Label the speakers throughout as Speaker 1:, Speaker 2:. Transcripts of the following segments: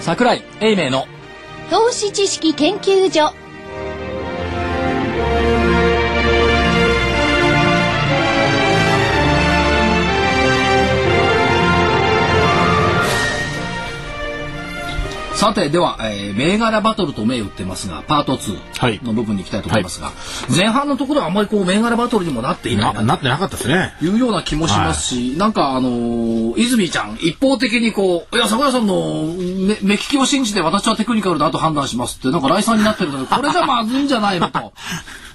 Speaker 1: 桜井英明の
Speaker 2: 投資知識研究所
Speaker 1: さてでは、えー銘柄バトルと銘打ってますがパート
Speaker 3: はい
Speaker 1: 2の部分に行きたいと思いますが、前半のところはあまりこう銘柄バトルにもなっていない
Speaker 3: な
Speaker 1: な
Speaker 3: なってなかったですね。
Speaker 1: というような気もしますし、なんかあのー泉ちゃん一方的にこう「いや桜井さんの目目利きを信じて私はテクニカルだと判断します」ってなんか来賛になってる のでこれじゃまずいんじゃないのと。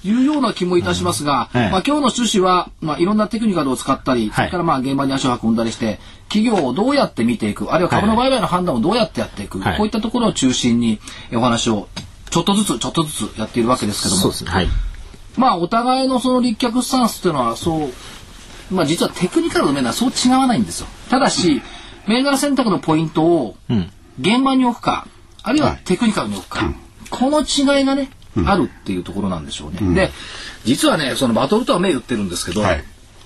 Speaker 1: いうような気もいたしますが、
Speaker 3: うんええ
Speaker 1: まあ、今日の趣旨は、まあ、いろんなテクニカルを使ったり、それからまあ現場に足を運んだりして企業をどうやって見ていくあるいは株の売買の判断をどうやってやっていく、
Speaker 3: はい
Speaker 1: こういったところを中心にえお話をちょっとずつちょっとずつやっているわけですけども、
Speaker 3: ね。はい。
Speaker 1: まあお互いのその立脚スタンスっていうのはそうまあ実はテクニカルの面ではそう違わないんですよただし銘柄選択のポイントを
Speaker 3: ん
Speaker 1: 現場に置くかあるいはテクニカルに置くか、この違いがね、あるっていうところなんでしょうね、で実はねそのバトルとは銘打ってるんですけど、
Speaker 4: はい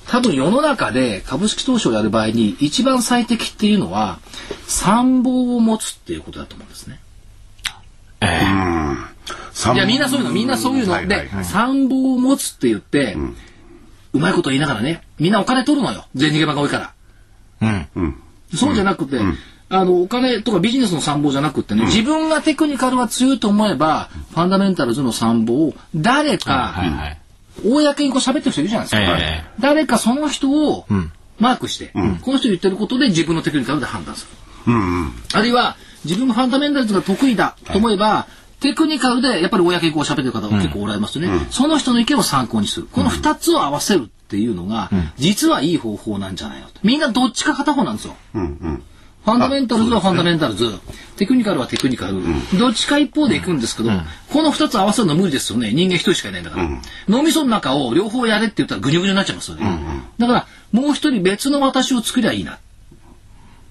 Speaker 1: 多分世の中で株式投資をやる場合に一番最適っていうのは参謀を持つっていうことだと思うんですね
Speaker 3: ええ
Speaker 4: 三
Speaker 1: いや、みんなそういうの、みんなそういうの。
Speaker 4: はいはいはい
Speaker 1: で、参謀を持つって言って、うまいこと言いながらね、みんなお金取るのよ。全逃げ場が多いから。
Speaker 3: うん。
Speaker 4: うん
Speaker 1: そうじゃなくて、あの、お金とかビジネスの参謀じゃなくってね、自分がテクニカルが強いと思えば、ファンダメンタルズの参謀を、誰
Speaker 3: はい
Speaker 1: か、
Speaker 3: はい。
Speaker 1: 公にこう喋ってる人いるじゃないですか。
Speaker 3: え
Speaker 1: 誰かその人を
Speaker 3: ん
Speaker 1: マークして、この人言ってることで自分のテクニカルで判断する。
Speaker 4: うんうん
Speaker 1: あるいは自分がファンダメンタルズが得意だと思えば、テクニカルでやっぱり公にこう喋ってる方が結構おられますよね、その人の意見を参考にする。この2つを合わせるっていうのが、実はいい方法なんじゃないのと。みんなどっちか片方なんですよ。
Speaker 4: うんうん
Speaker 1: ファンダメンタルズはファンダメンタルズ、テクニカルはテクニカル、どっちか一方でいくんですけど、この2つ合わせるの無理ですよね。人間1人しかいないんだから。脳みその中を両方やれって言ったらぐにゅぐにゅになっちゃいますよね。だから、もう一人別の私を作りゃいいな。っ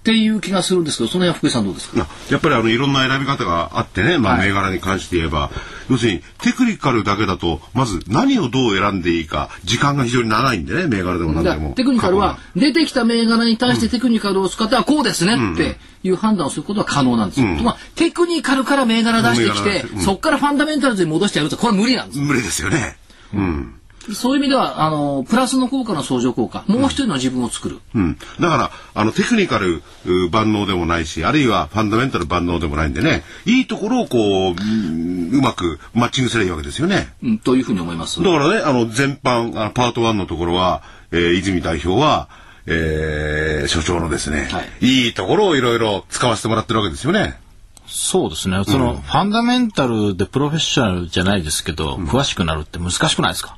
Speaker 1: ていう気がするんですけど、その辺は福井さんどうですか
Speaker 4: なやっぱりあのいろんな選び方があってね、まあ、
Speaker 1: はい
Speaker 4: 銘柄に関して言えば、要するにテクニカルだけだとまず何をどう選んでいいか時間が非常に長いんでね銘柄でも何
Speaker 1: だ
Speaker 4: で
Speaker 1: から
Speaker 4: も
Speaker 1: テクニカルは出てきた銘柄に対してテクニカルを使ってはこうですねっていう判断をすることは可能なんですよ。まあテクニカルから銘柄出してき
Speaker 4: 銘柄
Speaker 1: て
Speaker 4: 出してう、ん
Speaker 1: そこからファンダメンタルズに戻してやるとこれは無理なんですよ。
Speaker 4: 無理ですよねうん、
Speaker 1: そういう意味ではあのプラスの効果の相乗効果、もう一人の自分を作る。
Speaker 4: うん、だからあのテクニカルう万能でもないしあるいはファンダメンタル万能でもないんでねいいところをこううんうまくマッチングすればいいわけですよね
Speaker 1: うんというふうに思います。
Speaker 4: だからね、あの、全般、あのパート1のところは、えー泉代表は、えー所長のですね、、
Speaker 1: はい
Speaker 4: いところをいろいろ使わせてもらってるわけですよね。
Speaker 3: そうですね。その、ファンダメンタルでプロフェッショナルじゃないですけど、詳しくなるって難しくないですか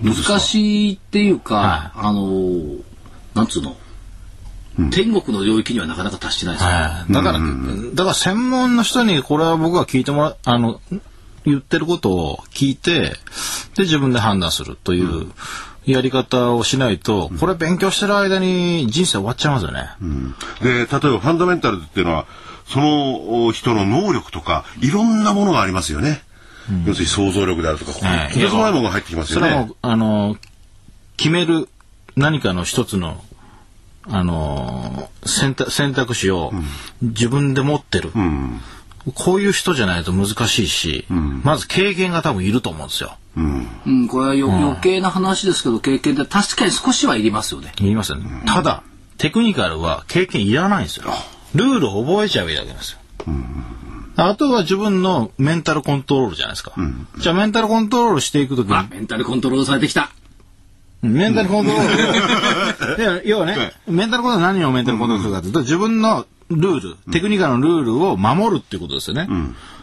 Speaker 1: 難しいっていうか、
Speaker 3: は
Speaker 1: あのなんつうの、天国の領域にはなかなか達してないですよ。
Speaker 3: はい。だから、だから専門の人にこれは僕は聞いてもら、あの、言ってることを聞いて、で、自分で判断するというやり方をしないと、これ勉強してる間に人生終わっちゃいますよね。
Speaker 4: で、例えばファンダメンタルズっていうのは、そのお人の能力とか、いろんなものがありますよね。要するに想像力であるとか、と
Speaker 3: はい
Speaker 4: てつもないものが入ってきます
Speaker 3: そ
Speaker 4: よ
Speaker 3: れは
Speaker 4: ね
Speaker 3: も。う、あの、決める何かの一つの、あの、選択選択肢を自分で持ってる。
Speaker 4: うん。
Speaker 3: こういう人じゃないと難しいし、まず経験が多分いると思うんですよ。
Speaker 4: うん。
Speaker 1: うん、これはよ余計な話ですけど、経験で確かに少しはいりますよね。
Speaker 3: 言いますよね。ただ、テクニカルは経験いらないんですよ。ルールを覚えちゃうだけなんですよ。あとは自分のメンタルコントロールじゃないですか。じゃあメンタルコントロールしていくときに
Speaker 1: あ、、メンタルコントロールされてきた。
Speaker 3: メンタルコントロール。いや要はね、メンタルコントロール何をメンタルコントロールするかというと、自分のルール、テクニカルのルールを守るっていうことですよね。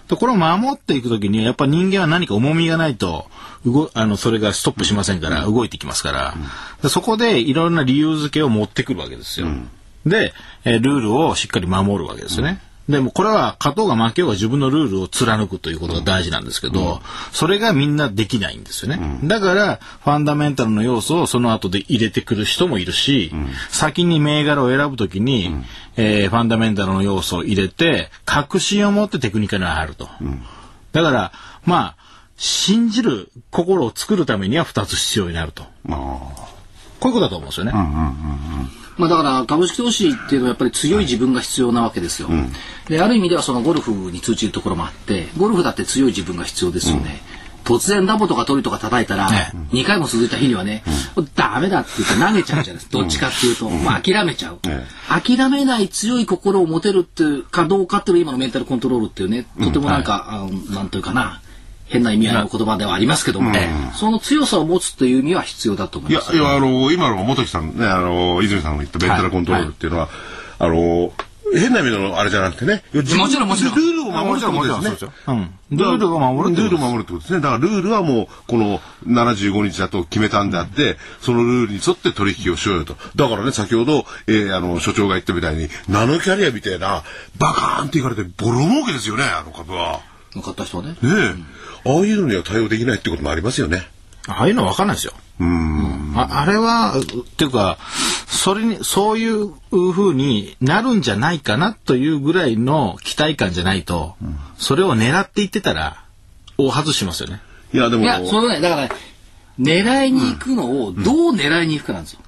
Speaker 3: でこれを守っていくときに、やっぱ人間は何か重みがないと、動あのそれがストップしませんから、動いてきますから、でそこでいろんな理由付けを持ってくるわけですよ。で、えールールをしっかり守るわけですよね。でもこれは勝とうが負けようが自分のルールを貫くということが大事なんですけど、それがみんなできないんですよね。だから、ファンダメンタルの要素をその後で入れてくる人もいるし、先に銘柄を選ぶときに、えーファンダメンタルの要素を入れて、確信を持ってテクニカルに入ると。だから、まあ、信じる心を作るためには2つ必要になると。
Speaker 4: まあ、
Speaker 3: こういうことだと思うんですよね。
Speaker 1: まあだから株式投資っていうのはやっぱり強い自分が必要なわけですよ。で、ある意味ではそのゴルフに通じるところもあって、ゴルフだって強い自分が必要ですよね。突然ダボとか取りとか叩いたら、2回も続いた日にはね、ダメだって言って投げちゃうじゃないですか。どっちかっていうと、まあ諦めちゃう。諦めない強い心を持てるっていうかどうかっていうのが今のメンタルコントロールっていうね、とてもなんか、あのなんというかな、変な意味合いの言葉ではありますけども、その強さを持つという意味は必要だと思
Speaker 4: い
Speaker 1: い
Speaker 4: や
Speaker 1: ます。、
Speaker 4: いや、あの、今の元木さんね、あの、泉さんの言ったメンタルコントロールっていうのは、あの、変な意味のあれじゃなくてね、自分
Speaker 1: もちろんもちろん
Speaker 4: ルールを守るってことですね。
Speaker 3: うん。ルールを守るって
Speaker 4: ル
Speaker 3: こと
Speaker 4: ールを守るってことですね。だからルールはもう、この75日だと決めたんであって、そのルールに沿って取引をしようよと。だからね、先ほど、えーあの、所長が言ったみたいに、ナノキャリアみたいな、バカーンっていかれて、ボロ儲けですよね、あの株は。
Speaker 1: 向かった人はね。
Speaker 4: ねえ。ああいうのには対応できないってこともありますよね。
Speaker 3: ああいうの分かんないですよ。ああれは、うっていうか、それに、そういう風になるんじゃないかなというぐらいの期待感じゃないと、それを狙っていってたら、大外しますよね。
Speaker 4: いや、でも、
Speaker 1: いや、それね、だから、ね、狙いに行くのをどう狙いに行くかなんですよ。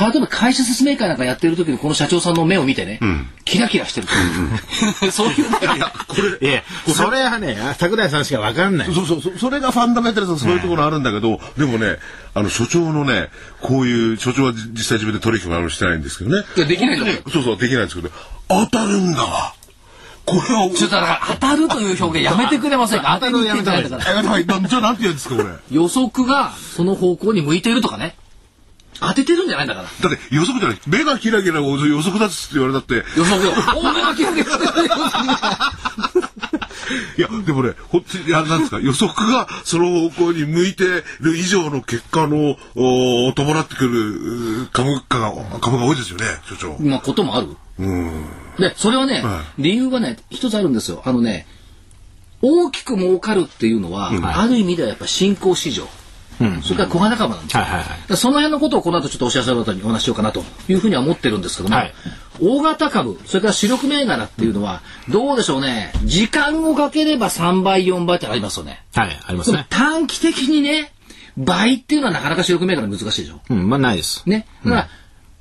Speaker 1: 例えば会社説明会なんかやってる時のこの社長さんの目を見てね、キラキラしてる。 そういうね
Speaker 4: これ、
Speaker 3: いや、それはね、あ桜井さんしか分かんない。
Speaker 4: そうそうそう、それがファンダメンタルさん、そういうところあるんだけど、でもね、あの、所長のね、こういう、所長はじ実際自分で取引もあのしてないんですけどね。
Speaker 1: いやできないんだもん
Speaker 4: 本当にそうそう、できないんですけど、当たるんだわ。これは、
Speaker 1: ちょっとだから当たるという表現やめてくれませんか当たるやめてないんだから。
Speaker 4: えなんかじゃあなんて言うんですか、これ。だっ
Speaker 1: 予測がその方向に向いているとかね。当ててるんじゃないんだから。
Speaker 4: て予測じゃない、目がキラキラ予測だっつって言われたって、
Speaker 1: 予測 よ。お目がキラキラしてる。
Speaker 4: いや、でもね、ほんとに、あれなんですか、予測がその方向に向いてる以上の結果の、お伴ってくるう株価が、株が多いですよね、所長。
Speaker 1: まあ、こともある。で、それはね、
Speaker 4: は
Speaker 1: 理由がね、一つあるんですよ。あのね、大きく儲かるっていうのは、ある意味ではやっぱ新興市場。それから小型株なんですよ。
Speaker 3: はいはいはい
Speaker 1: でその辺のことをこの後ちょっとお知らせの後にお話ししようかなというふうには思ってるんですけども、
Speaker 3: はい
Speaker 1: 大型株、それから主力銘柄っていうのは、どうでしょうね、時間をかければ3倍、4倍ってありますよね。
Speaker 3: はい、ありますね。
Speaker 1: 短期的にね、倍っていうのはなかなか主力銘柄難しいでしょ。
Speaker 3: うん、まあないです。
Speaker 1: ね。だから、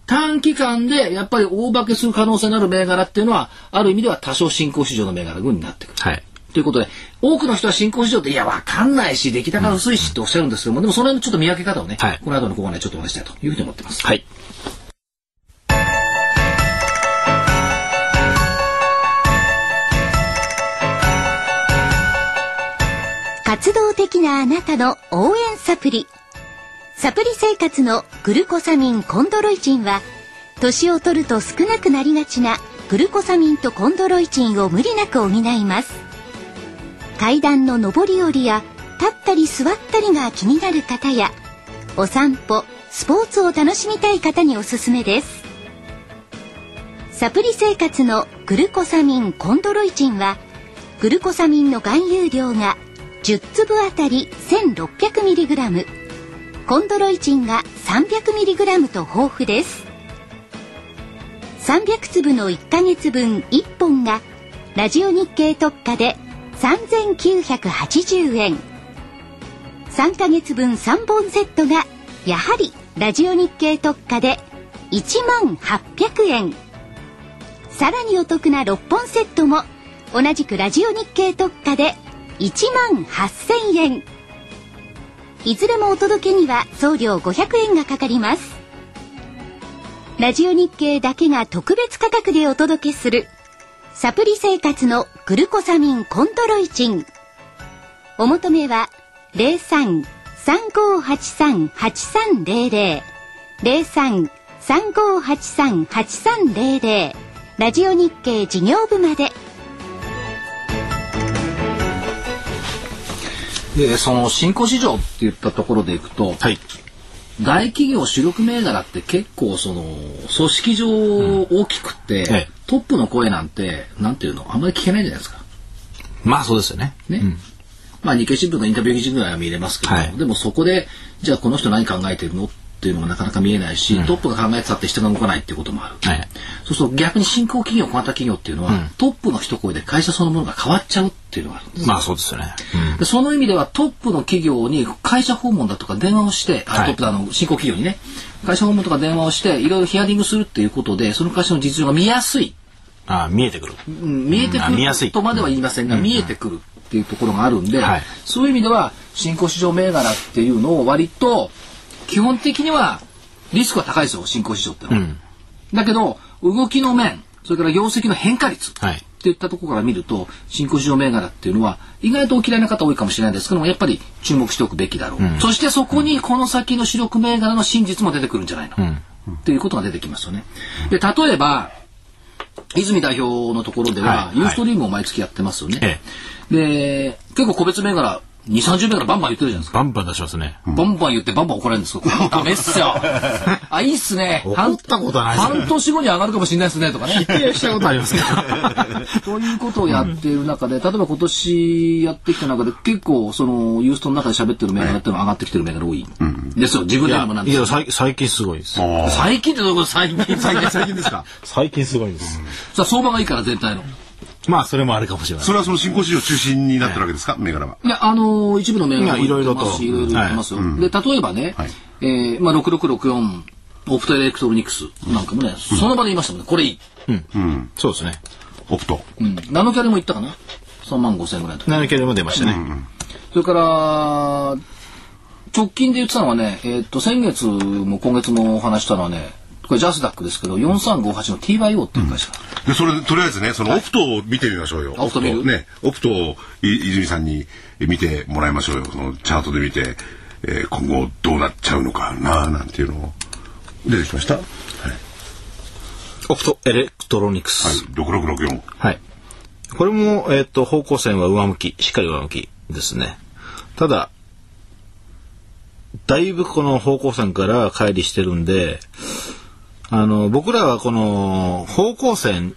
Speaker 1: 短期間でやっぱり大化けする可能性のある銘柄っていうのは、ある意味では多少新興市場の銘柄群になってくる。
Speaker 3: はい。
Speaker 1: ということで、多くの人は新興市場って、いや、わかんないし、出来高薄いしっておっしゃるんですけども、でもその辺のちょっと見分け方をね、
Speaker 3: はい
Speaker 1: この後のここね、ちょっとお話ししたいというふうに思ってます。
Speaker 3: はい。
Speaker 2: 活動的なあなたの応援サプリ。サプリ生活のグルコサミン、コンドロイチンは、年を取ると少なくなりがちなグルコサミンとコンドロイチンを無理なく補います。階段の上り下りや、立ったり座ったりが気になる方や、お散歩、スポーツを楽しみたい方におすすめです。サプリ生活のグルコサミン、コンドロイチンは、グルコサミンの含有量が10粒あたり 1600mg コンドロイチンが 300mg と豊富です300粒の1ヶ月分1本がラジオ日経特価で3980円3ヶ月分3本セットがやはりラジオ日経特価で1万800円さらにお得な6本セットも同じくラジオ日経特価で1万8000円いずれもお届けには送料500円がかかりますラジオ日経だけが特別価格でお届けするサプリ生活のグルコサミンコンドロイチンお求めは03-3583-8300 03-3583-8300ラジオ日経事業部まで
Speaker 1: で、その新興市場って言ったところでいくと、
Speaker 3: はい。
Speaker 1: 大企業主力銘柄って結構その組織上大きくって、
Speaker 3: んはい
Speaker 1: トップの声なんてなんていうのあんまり聞けないじゃないですか。
Speaker 3: まあそうですよね。
Speaker 1: ね。まあ日経新聞のインタビュー記事ぐらいは見れますけど、
Speaker 3: はい
Speaker 1: でもそこでじゃあこの人何考えてるのっっていうのがなかなか見えないし、トップが考えてたって人が動かないっていうこともある。
Speaker 3: はい
Speaker 1: そうすると逆に新興企業、小型企業っていうのは、トップの一声で会社そのものが変わっちゃうっていうのがあるんです。
Speaker 3: まあそうですよね。
Speaker 1: でその意味ではトップの企業に会社訪問だとか電話をして、あ
Speaker 3: はい
Speaker 1: トップあの新興企業にね会社訪問とか電話をしていろいろヒアリングするっていうことでその会社の実情が見やすい、
Speaker 3: ああ、見えてくる。
Speaker 1: うん見えて
Speaker 3: うん
Speaker 1: く
Speaker 3: あ見やすい
Speaker 1: るとまでは言いませんが、見えてくるっていうところがあるんで、
Speaker 3: はい
Speaker 1: そういう意味では新興市場銘柄っていうのを割と基本的にはリスクは高いですよ新興市場ってのは、
Speaker 3: ん
Speaker 1: だけど動きの面それから業績の変化率、
Speaker 3: はい。
Speaker 1: っていったところから見ると新興市場銘柄っていうのは意外とお嫌いな方多いかもしれないですけどもやっぱり注目しておくべきだろう、そしてそこにこの先の主力銘柄の真実も出てくるんじゃないの、っていうことが出てきますよね。で例えば泉代表のところでは、
Speaker 3: はい
Speaker 1: ユーストリームを毎月やってますよね。
Speaker 3: え
Speaker 1: で結構個別銘柄2 3 0銘柄バンバン言ってるじゃないですか。
Speaker 3: バンバン出しますね。
Speaker 1: バンバン言ってバンバン怒られるんですよ。こ れダメっすよ。あ、いいっすね。
Speaker 3: 怒ったことないですね
Speaker 1: 半半年後に上がるかもしれないですね、とかね。
Speaker 3: 否定したことありますけど。
Speaker 1: ということをやっている中で、例えば今年やってきた中で、結構、その、ユーストの中で喋ってる銘柄っていうのは上がってきてる銘柄多い。ですよ、自分でもなん で
Speaker 3: い
Speaker 1: す
Speaker 3: や、最近最近すごいです。
Speaker 1: 最近ってどこ最近、最近、最近。
Speaker 4: ですか
Speaker 3: 最近すごいです。
Speaker 1: さあ、相場がいいから、全体の。
Speaker 3: まあ、それもあるかもしれない。
Speaker 4: それはその新興市場中心になってるわけですか銘柄は。
Speaker 1: いや、あのー一部の銘柄も
Speaker 3: いやいろいろ
Speaker 1: 言って
Speaker 3: と
Speaker 1: ますしいろいろ言ってますよ。で、例えばね、
Speaker 4: はい
Speaker 1: えーまあ、6664、オプトエレクトロニクスなんかもね、その場で言いましたもんね、これいい。
Speaker 3: そうですね。
Speaker 4: オプト。
Speaker 1: うん。ナノキャリも言ったかな ?3 万5千円ぐらいの時
Speaker 3: なのけでも出ましたね。
Speaker 1: それから、直近で言ってたのはね、えっと、先月も今月もお話したのはね、これジャスダックですけど、4358の TYO っていう会社。
Speaker 4: で、それで、とりあえずね、そのオプトを見てみましょうよ。
Speaker 1: あオプト見る
Speaker 4: ね。オプトをい泉さんに見てもらいましょうよ。そのチャートで見て、えー今後どうなっちゃうのかな、なんていうのを。出てきましたはい。
Speaker 3: オプトエレクトロニクス。
Speaker 4: 6664。
Speaker 3: はい。これも、えっ、と、方向線は上向き、しっかり上向きですね。ただ、だいぶこの方向線から乖離してるんで、あの、僕らはこの方向線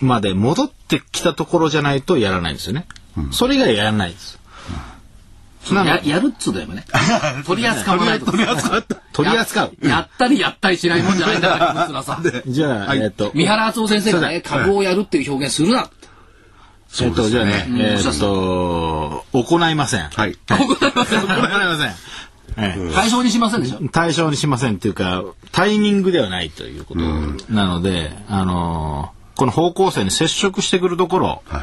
Speaker 3: まで戻ってきたところじゃないとやらないんですよね。それ以外やらないです。なの
Speaker 1: ややるっつうだよね。 取り扱わないと。取り扱った。
Speaker 3: 取り扱う。
Speaker 1: やったりやったりしないもんじゃないんだから、ムツナさ ん。
Speaker 3: じゃあ、えっ、と、
Speaker 1: 三原敦夫先生がね、株をやるっていう表現するな。
Speaker 3: えっ、と、じゃあね、
Speaker 1: ん
Speaker 3: えっ、と、行いません。
Speaker 4: はい。
Speaker 3: 行いません。ええ
Speaker 1: 対象にしませんでしょ。
Speaker 3: 対象にしませんっていうか、タイミングではないということなので、あのーこの方向性に接触してくるところ
Speaker 4: はい。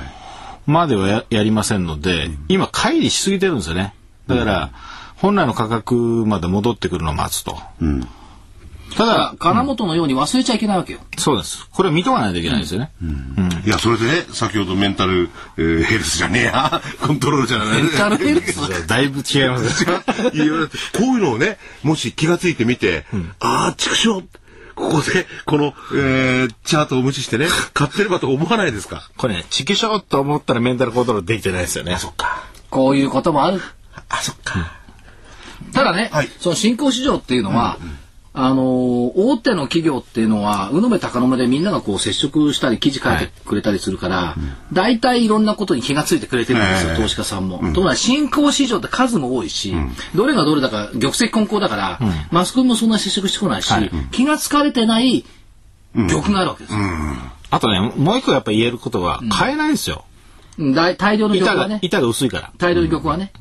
Speaker 3: まではややりませんので、今、乖離しすぎてるんですよね。だから、本来の価格まで戻ってくるのを待つと。
Speaker 4: うん。
Speaker 1: だか
Speaker 3: た
Speaker 1: ら
Speaker 3: だ、、
Speaker 1: 金本のように忘れちゃいけないわけよ。
Speaker 3: そうです。これを見とかないといけないですよね。
Speaker 4: いや、それでね、先ほどメンタル、えーヘルスじゃねえや、 コントロールじゃない。
Speaker 1: メンタルヘルス。
Speaker 3: だいぶ違います。
Speaker 4: いやいやだってこういうのをね、もし気がついてみて、ああ、畜生ここで、この、えーチャートを無視してね、 買ってればと思わないですか
Speaker 3: これね、チキショーと思ったらメンタルコントロールできてないですよね。そっか。
Speaker 1: こういうこともある。
Speaker 4: あ、そっか。
Speaker 1: ただね、
Speaker 4: はい
Speaker 1: その新興市場っていうのは、あのー大手の企業っていうのは鵜の目鷹の目でみんながこう接触したり記事書いてくれたりするから、大体いろんなことに気がついてくれてるんですよ、
Speaker 4: ええ
Speaker 1: 投資家さんも。ところが新興市場って数も多いし、どれがどれだか玉石混交だから、マスコミもそんなに接触してこないし、気がつかれてない玉があるわけですよ。
Speaker 3: あとね、もう一個やっぱ言えることは、買えないんですよ。
Speaker 1: うん大大量の
Speaker 3: 板
Speaker 1: 玉は
Speaker 3: が
Speaker 1: ね、
Speaker 3: 板が薄いから。
Speaker 1: 大量の曲はね。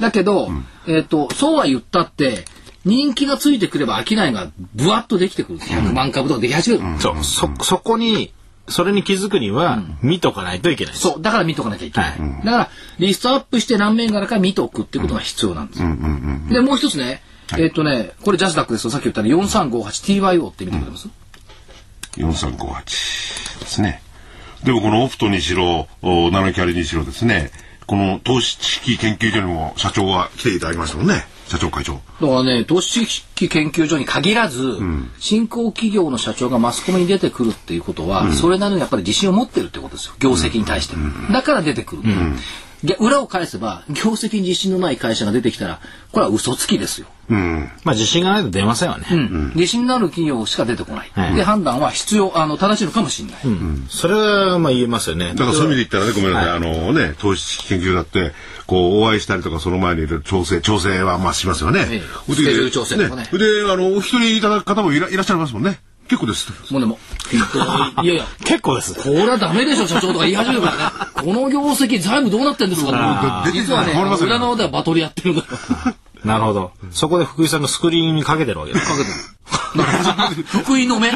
Speaker 1: だけど、えっ、と、そうは言ったって、人気がついてくれば商いがブワッとできてくるんです。100万株とかでき始める。
Speaker 3: そう、そ、そこに、それに気づくには、見とかないといけないです。
Speaker 1: そう。だから見とかなきゃいけない。
Speaker 3: はい
Speaker 1: だから、リストアップして何銘柄か見とくってことが必要なんですよ。で、もう一つね、えっ、とね、これジャスダックですよ。さっき言ったね、4358TYO って見てくれます、
Speaker 4: 4358ですね。でもこのオプトにしろ、おナノキャリにしろですね、この投資知識研究所にも社長は来ていただきましたもんね。社長会長。
Speaker 1: だからね、投資知識研究所に限らず、新興企業の社長がマスコミに出てくるっていうことは、それなりにやっぱり自信を持ってるってことですよ、業績に対して。だから出てくる。ぎゃ裏を返せば、業績に自信のない会社が出てきたら、これは嘘つきですよ。
Speaker 4: うん。
Speaker 3: まあ自信がないと出ませんよね。
Speaker 1: 自信のある企業しか出てこない。
Speaker 3: はい
Speaker 1: で、判断は必要、あの、正しいのかもしれない。
Speaker 3: それはまあ言えますよね。
Speaker 4: だからそういう意味で言ったらね、ごめんなさい、あのね、投資研究だって、こう、お会いしたりとか、その前にいろいろ調整、調整はまあしますよね。
Speaker 1: ええ
Speaker 4: お
Speaker 1: スケジュール調整とかね
Speaker 4: で、あの、お一人いただく方もいらいらっしゃいますもんね。結構です。
Speaker 1: もうでも、えっといやいや、
Speaker 3: 結構です。
Speaker 1: これはダメでしょ、社長とか言い始めるからね。この業績、財務どうなってんですか
Speaker 4: あー
Speaker 1: って実はね、
Speaker 4: 出てきて困りますよね
Speaker 1: 裏側ではバトルやってるから。
Speaker 3: なるほど。そこで福井さんのスクリーンにかけてるわけです。
Speaker 1: かけてる。福井の目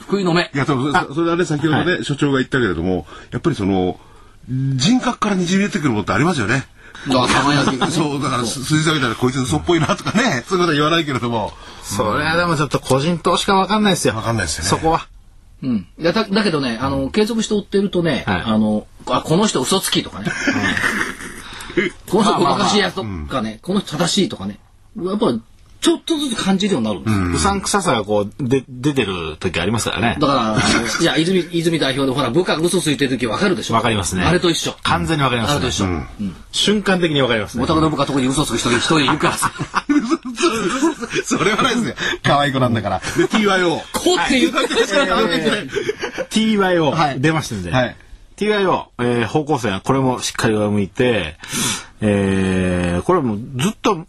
Speaker 1: 福井の目
Speaker 4: いや、多分そそれはね、先ほどね、所長が言ったけれども、やっぱりその、人格からにじみ出てくるものってありますよね。
Speaker 1: が輝きがね
Speaker 4: そう、だから、す筋だけたらこいつ嘘っぽいなとか ね、そういうことは言わないけれども、
Speaker 3: それはでもちょっと個人投資かわかんないですよ。
Speaker 4: わかんないですよね
Speaker 3: そこは。
Speaker 1: うん。いやだだけどね、あの、継続して追ってるとね、
Speaker 3: はい
Speaker 1: あの、あ、この人嘘つきとかね。この人ごまかしやとかね、この人正しいとかね。やっぱ、ちょっとずつ感じるようになるんですよ。
Speaker 3: うさんくささがこう、で、出てる時ありますからね。
Speaker 1: だからあの、いや、泉、泉代表でほら、部下が嘘ついてる時わかるでしょ
Speaker 3: わかりますね
Speaker 1: あれと一緒。
Speaker 3: 完全にわかりま
Speaker 1: あ
Speaker 3: す
Speaker 1: れと
Speaker 3: ね
Speaker 1: 一。緒。
Speaker 3: 瞬間的にわかりますね
Speaker 1: お。宅の部下とこに嘘つく人が一人いるからさ、
Speaker 4: それはないですね。可愛い子なんだから。で、TYO。
Speaker 1: こうって言ってるからダメですね
Speaker 3: TYO、
Speaker 4: はい
Speaker 3: 出ましたんで。
Speaker 4: はい
Speaker 3: TYO、えー方向性はこれもしっかり上向いて、えーこれもうずっと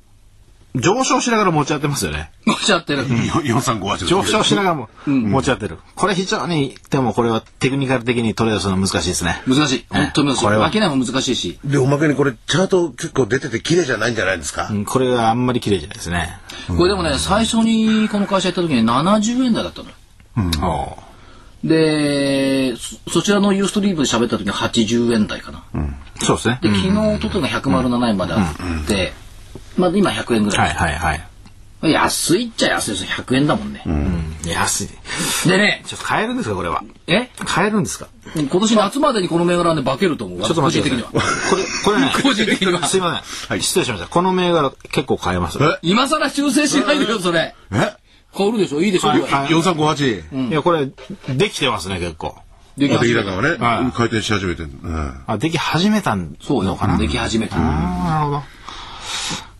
Speaker 3: 上昇しながら持ち合ってますよね。
Speaker 1: おっしゃってる。
Speaker 4: 4358。
Speaker 3: 上昇しながらも持ち合ってる。これ非常に、でもこれはテクニカル的にトレードするの難しいですね。
Speaker 1: 難しい。本当に難しい。
Speaker 3: これは
Speaker 1: 飽きないも難しいし。
Speaker 4: で、おまけにこれ、チャート結構出てて綺麗じゃないんじゃないですか
Speaker 3: う。んこれはあんまり綺麗じゃないですね。
Speaker 1: これでもね、最初にこの会社行った時に70円台だったのよ。
Speaker 3: おう
Speaker 1: で、そそちらのユーストリームで喋った時に80円台かな。
Speaker 3: そうですね。
Speaker 1: で、昨日、おとといが107円まであって、まあ今100円ぐ
Speaker 3: は
Speaker 1: らい。
Speaker 3: いはいはい。
Speaker 1: 安いっちゃ安いですよ。100円だもんね。
Speaker 3: うん安い。
Speaker 1: でね、
Speaker 3: ちょっと買えるんですかこれは。
Speaker 1: え
Speaker 3: 買えるんですか
Speaker 1: 今年夏までにこの銘柄はね、化けると思う。
Speaker 3: ちょっと待って
Speaker 1: 個人
Speaker 3: くだ
Speaker 1: 的
Speaker 3: さい。
Speaker 1: には。
Speaker 3: これ、これね。
Speaker 1: 個人的には
Speaker 3: すいません。失礼しました。この銘柄結構買えます。
Speaker 4: え
Speaker 1: 今更修正しないでよ、それ。
Speaker 4: え
Speaker 1: 変わるでしょいいでしょ
Speaker 3: はい
Speaker 1: いいわ
Speaker 3: はい
Speaker 4: ?4358。
Speaker 3: いや、これ、できてますね、結構。
Speaker 1: で
Speaker 4: あ、出
Speaker 1: 始
Speaker 4: 来
Speaker 1: め
Speaker 4: 高
Speaker 1: た。
Speaker 4: がね、
Speaker 3: はい
Speaker 4: 回転し始めてる。うん。
Speaker 3: あ、でき始めたん
Speaker 1: そうよ
Speaker 3: のかな。。
Speaker 1: でき始めた。
Speaker 3: あーなるほど。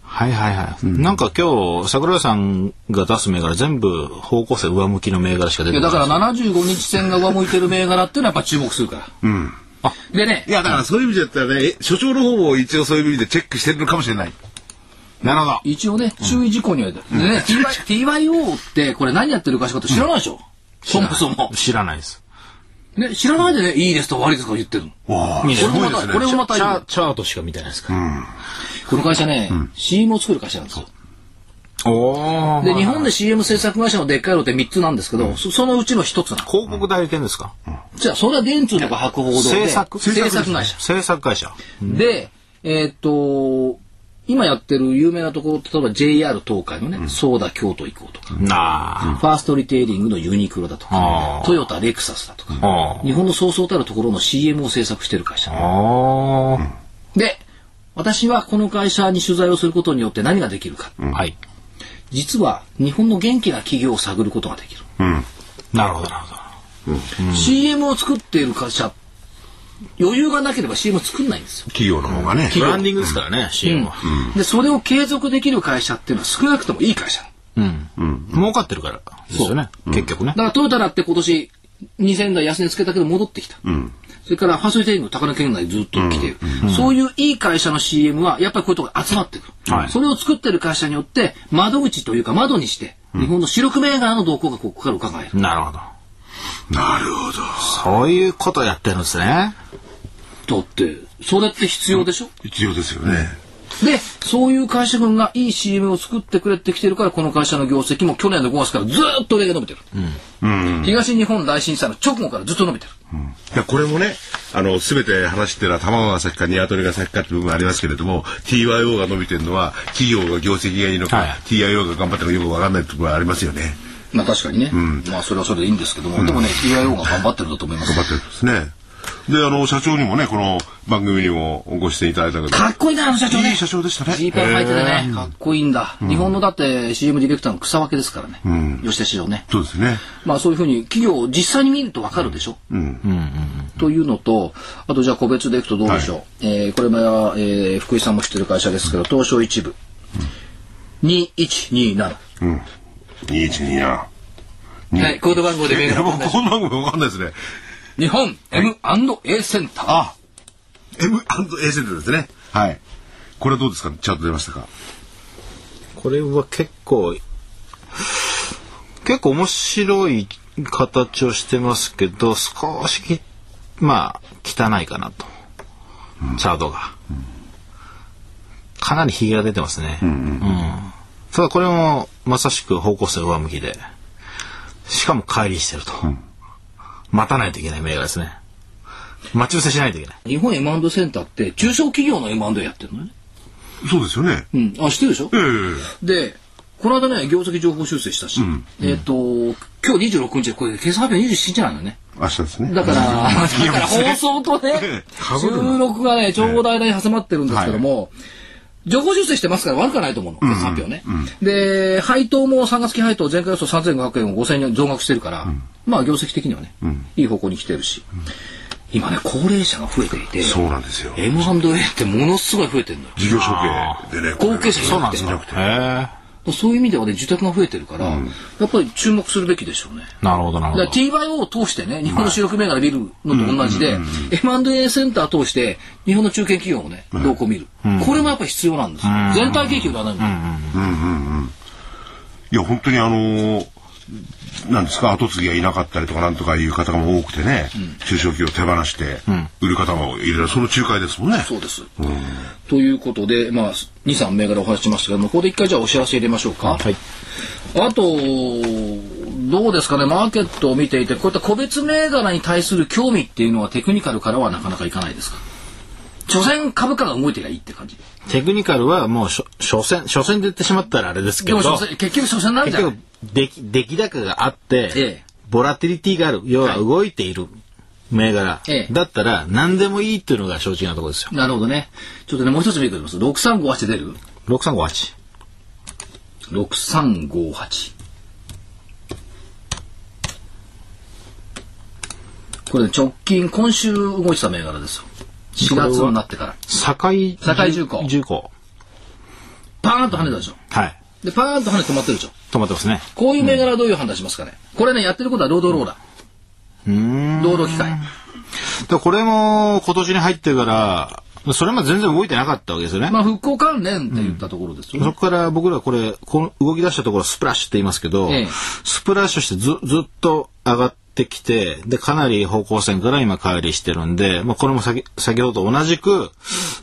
Speaker 3: はいはいはい。なんか今日、桜井さんが出す銘柄、全部方向性上向きの銘柄しか出
Speaker 1: い
Speaker 3: て
Speaker 1: や、
Speaker 3: ない。
Speaker 1: だから75日線が上向いてる銘柄っていうのはやっぱ注目するから。うん。でね
Speaker 4: い、や、だからそういう意味だったらね、え所長の方も一応そういう意味でチェックしてるのかもしれない。
Speaker 3: なるほど。
Speaker 1: 一応ね、注意事項にはでね、TY TYO ってこれ何やってる会社かって知らないでしょそもそも。
Speaker 3: 知らないです。
Speaker 1: ね、知らないでね、いいですと悪いですとか言ってるの。
Speaker 4: わあ
Speaker 3: いいね
Speaker 4: すごいで
Speaker 1: こ
Speaker 4: すね。
Speaker 1: れもまた
Speaker 3: チ
Speaker 1: いい
Speaker 3: ャ
Speaker 1: よ
Speaker 3: ーチャートしか見てないですから。
Speaker 1: この会社ね、CM を作る会社なんですよ。
Speaker 3: お
Speaker 1: で、日本で CM 制作会社のでっかいのって3つなんですけど、そそのうちの1つなの。
Speaker 3: 広告代理店ですか
Speaker 1: じゃあ、それは電通とか博報堂で。
Speaker 3: 制作
Speaker 1: 制作会社。
Speaker 3: 制作会社。
Speaker 1: で、えーっと、今やってる有名なところ、例えば JR 東海のね、ソーダ京都行こうとか、
Speaker 3: な
Speaker 1: ファーストリテイリングのユニクロだとか
Speaker 3: あ、ー
Speaker 1: トヨタレクサスだとか、
Speaker 3: あ。
Speaker 1: 日本のそうそうたるところの CM を制作してる会社。
Speaker 3: あ
Speaker 1: で、私はこの会社に取材をすることによって何ができるか。
Speaker 3: あ。はい。
Speaker 1: 実は日本の元気な企業を探ることができる。
Speaker 3: なるほど、なるほ
Speaker 1: CM を作っている会社、余裕がなければ CM を作んないんですよ。
Speaker 4: 企業の方がね。
Speaker 3: ど。ブランディングですからね、CM は。
Speaker 1: で、それを継続できる会社っていうのは少なくともいい会社。
Speaker 3: うん。儲かってるから。ですよね。結局ね
Speaker 1: だ。からトヨタだって今年2000台安値つけたけど戻ってきた。それからファーストリテイリング高値圏内ずっと来ている、そういういい会社の CM はやっぱりこういうところに集まってくる、
Speaker 3: はい
Speaker 1: それを作ってる会社によって窓口というか窓にして日本の主力銘柄の動向がここから伺える、
Speaker 3: なるほど。
Speaker 4: なるほど。
Speaker 3: そういうことやってるんですね。
Speaker 1: だってそれって必要でしょ、
Speaker 4: 必要ですよね。
Speaker 1: でそういう会社群がいい CM を作ってくれてきてるからこの会社の業績も去年の5月からずーっと売り上げ伸びてる、東日本大震災の直後からずっと伸びてる、
Speaker 4: いや、これもね、あの、すべて話してるのは卵が先か鶏が先かって部分ありますけれども、TYO が伸びてるのは、企業が業績がいいのか、
Speaker 3: はい
Speaker 4: TIO が頑張ってるのかよくわかんないところはありますよね。
Speaker 1: まあ確かにね、まあそれはそれでいいんですけども、でもね TIO が頑張ってるんだと思います
Speaker 4: 頑張ってるんですね。で、あの、社長にもね、この番組にもご出演いただいたけど、
Speaker 1: かっこいいな、あの社長ね。
Speaker 4: いい社長でした
Speaker 1: ジ
Speaker 4: ね。
Speaker 1: ーパン履いててね、かっこいいんだ。日本のだって CM ディレクターの草分けですからね。吉田市長ね。
Speaker 4: そうですね。
Speaker 1: まあそういうふうに企業を実際に見るとわかるでしょ。というのと、あとじゃあ個別でいくとどうでしょう。えーこれも、えー福井さんも知ってる会社ですけど、東証一部。2127。
Speaker 4: 212
Speaker 1: はい、コード番号でメー
Speaker 4: い
Speaker 1: ル
Speaker 4: や、
Speaker 1: を
Speaker 4: も
Speaker 1: お
Speaker 4: う
Speaker 1: 願いし
Speaker 4: この番組わかんないですね。
Speaker 1: ます日本 M&A センター。
Speaker 4: あ M&A センターですね。はい。これはどうですかちゃんと出ましたか
Speaker 3: これは結構、結構面白い形をしてますけど、少しき、まあ、汚いかなと。チャートが。かなりひげが出てますね。うんただこれもまさしく方向性上向きで。しかも乖離してると。待たないといけない銘柄ですね。待ち伏せしないといけない。
Speaker 1: 日本 M&A センターって中小企業の M&A やってるのね。
Speaker 4: そうですよね。
Speaker 1: うん。あ、知ってるでしょ
Speaker 4: ええ
Speaker 1: で、この間ね、業績情報修正したし、えっ、と、今日26日で、これ、決算発表27日なんだよね。
Speaker 4: 明日ですね。、
Speaker 1: だから、 だから放送とね収録がね、ちょうど間に挟まってるんですけども、情報修正してますから悪くはないと思うの、決算発表ね。で、配当も3月期配当、前回予想3500円を5000円増額してるから、まあ業績的にはね、いい方向に来てるし、今ね、高齢者が増えていて、
Speaker 4: そうなんですよ。
Speaker 1: M&A ってものすごい増えてるのよ。
Speaker 4: 事業承継でね。
Speaker 1: 後継者
Speaker 4: これね
Speaker 1: そうなんですか
Speaker 4: いなくて。
Speaker 3: へ
Speaker 1: そういう意味ではね、受託が増えてるから、やっぱり注目するべきでしょうね。
Speaker 3: え。なるほど、なる
Speaker 1: だ
Speaker 3: ほ
Speaker 1: か
Speaker 3: ど
Speaker 1: ら。TYO を通してね、日本の主力銘柄見るのと同じで、M&A センター通して、日本の中堅企業をね、動向を見る。これもやっぱり必要なんですよ。全体景気を占うの
Speaker 4: いや、本当にあのーなんですか後継ぎがいなかったりとかなんとかいう方が多くてね、中小企業を手放して売る方もいるその仲介ですもんね。
Speaker 1: そうです。ということで、まあ、2、3銘柄お話ししましたけども、ここで一回じゃあお知らせ入れましょうか。
Speaker 3: はい。
Speaker 1: あと、どうですかね、マーケットを見ていて、こういった個別銘柄に対する興味っていうのはテクニカルからはなかなかいかないですか所詮株価が動いてりゃいいって感じ。
Speaker 3: テクニカルはもうしょ、所詮、所詮で言ってしまったらあれですけ
Speaker 1: で
Speaker 3: ど、
Speaker 1: も所詮、結局所詮なんじ
Speaker 3: 結
Speaker 1: ゃない
Speaker 3: 局出来、出来高があって、
Speaker 1: ええ
Speaker 3: ボラティリティがある、要は動いている銘柄、
Speaker 1: ええ
Speaker 3: だったら何でもいいっていうのが正直なところですよ。
Speaker 1: なるほどね。ちょっとね、もう一つ見てください。6358出る
Speaker 3: 6358。
Speaker 1: 6358これね直近今週動いてた銘柄ですよ4月になってから
Speaker 3: 堺
Speaker 1: 堺重工
Speaker 3: 重工。
Speaker 1: パーンと跳ねたでしょ
Speaker 3: はい。
Speaker 1: でパーンと跳ねて止まってるでしょ
Speaker 3: 止まってますね。
Speaker 1: こういう銘柄はどういう判断しますかね、これねやってることはロードローラ
Speaker 3: うーん。
Speaker 1: ー労働機械
Speaker 3: でこれも今年に入ってから、それまで全然動いてなかったわけですよね。
Speaker 1: まあ復興関連って言ったところですよ
Speaker 3: そ
Speaker 1: ね、
Speaker 3: こから僕らこれ、この動き出したところスプラッシュって言いますけど、
Speaker 1: ええ
Speaker 3: スプラッシュしてずずっと上がってきて、で、かなり方向線から今乖離してるんで、まあこれも先、先ほどと同じく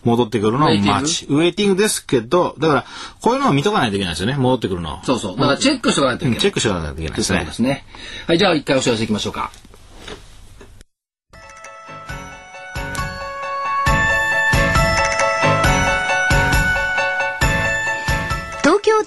Speaker 3: 戻ってくるのを待ち。ウェイティングですけど、だから、こういうのを見とかないといけないですよね、戻ってくるのを。
Speaker 1: そうそうだからチェックしておかないといけ
Speaker 3: うん
Speaker 1: ない
Speaker 3: チェックしとかないといけないです
Speaker 1: そう
Speaker 3: ね
Speaker 1: で。すね。はい、じゃあ一回お知らせいきましょうか。
Speaker 2: 東京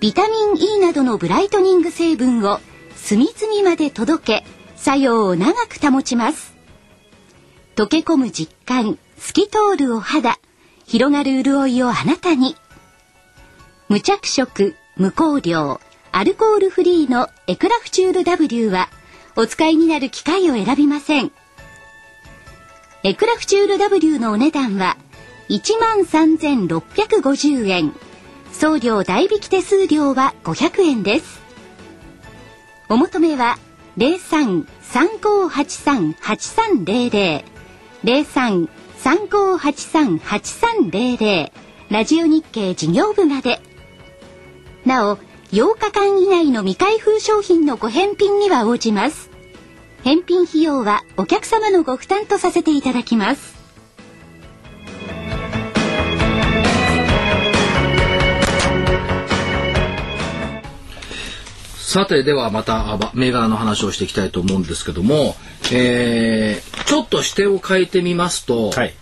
Speaker 2: ビタミン E などのブライトニング成分を隅々まで届け作用を長く保ちます溶け込む実感透き通るお肌広がる潤いをあなたに無着色無香料アルコールフリーのエクラフチュール W はお使いになる機械を選びませんエクラフチュール W のお値段は13,650円送料代引き手数料は500円ですお求めは0335838300 0335838300ラジオ日経事業部までなお8日間以内の未開封商品のご返品には応じます返品費用はお客様のご負担とさせていただきます。
Speaker 1: さて、ではまた、あば銘柄の話をしていきたいと思うんですけども、えー、ちょっと視点を変えてみますと、
Speaker 3: はい。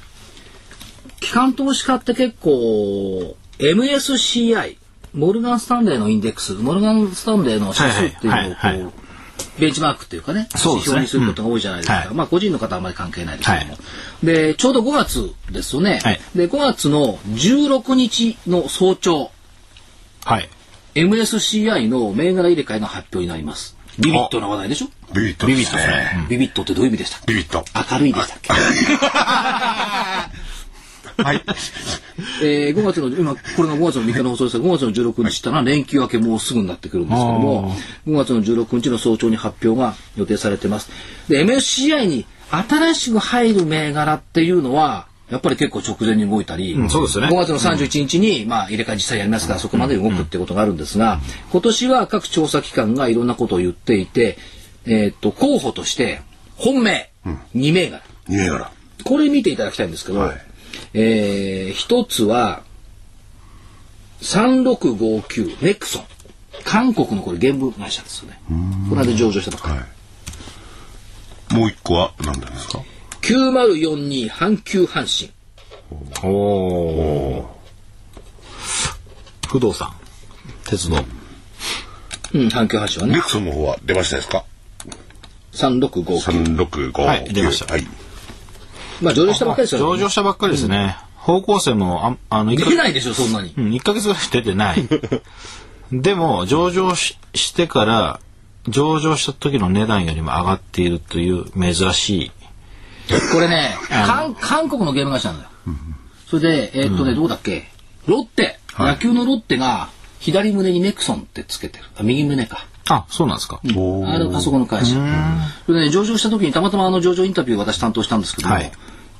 Speaker 1: 機関投資家って結構 MSCI モルガン・スタンレーのインデックスモルガン・スタンレーの指数っていうのをこう、
Speaker 3: はいはいはいは
Speaker 1: ベンチマークっていうかね
Speaker 3: そう
Speaker 1: 指
Speaker 3: です
Speaker 1: 標
Speaker 3: ね
Speaker 1: にすることが多いじゃないですか、
Speaker 3: うんはい
Speaker 1: まあ個人の方はあまり関係ないですけども、
Speaker 3: は
Speaker 1: でちょうど5月ですよね、
Speaker 3: はい
Speaker 1: で5月の16日の早朝
Speaker 3: はい。
Speaker 1: MSCI の銘柄入れ替えの発表になりますビビットな話題でしょ
Speaker 4: ビビットですね。ビ
Speaker 1: ビビ
Speaker 4: ビット
Speaker 1: ットってどういう意味でしたっけ
Speaker 4: ビビット。
Speaker 1: 明るいでしたっけ
Speaker 3: はい。
Speaker 1: えー、5月の、今、これが5月の3日の放送ですが、5月の16日したら連休明けもうすぐになってくるんですけども、5月の16日の早朝に発表が予定されてます。で、MSCI に新しく入る銘柄っていうのは、やっぱり結構直前に動いたり、
Speaker 3: んそうですね
Speaker 1: 5月の31日に、まあ、入れ替え実際やりますから、そこまで動くってことがあるんですが、今年は各調査機関がいろんなことを言っていて、えーっと、候補として、本命、2銘柄。
Speaker 4: 2銘柄。
Speaker 1: これ見ていただきたいんですけど、
Speaker 4: はい
Speaker 1: えー一つは3659ネクソン韓国のこれ原文会社ですよねこの間上場したばっかり、
Speaker 4: はい。もう一個は何なんですか
Speaker 1: 9042阪急阪神
Speaker 3: おお。不動産。鉄道。
Speaker 1: うん阪急阪神は
Speaker 4: ネ
Speaker 1: ね
Speaker 4: クソンの方は出ましたですか
Speaker 1: 3659
Speaker 4: ?3659。
Speaker 3: はい出ました
Speaker 4: はい。
Speaker 1: まあ上場したばっかりですよ
Speaker 3: 上
Speaker 1: ね
Speaker 3: 場したばっかりですね。方向性も、あんあの、一
Speaker 1: 出ないでしょそんなに
Speaker 3: うん、1ヶ月ぐらい出て ない。でも、上場ししてから、上場した時の値段よりも上がっているという珍しい。
Speaker 1: これね韓韓国のゲーム会社なんだよそれでえーっとね、どうだっけロッテ、
Speaker 4: はい
Speaker 1: 野球のロッテが左胸にネクソンってつけてるあ右胸か
Speaker 3: あ、そうなんですか。
Speaker 4: お
Speaker 1: あのあそこの会社。それでね、上場した時にたまたまあの上場インタビューを私担当したんですけども、
Speaker 3: はい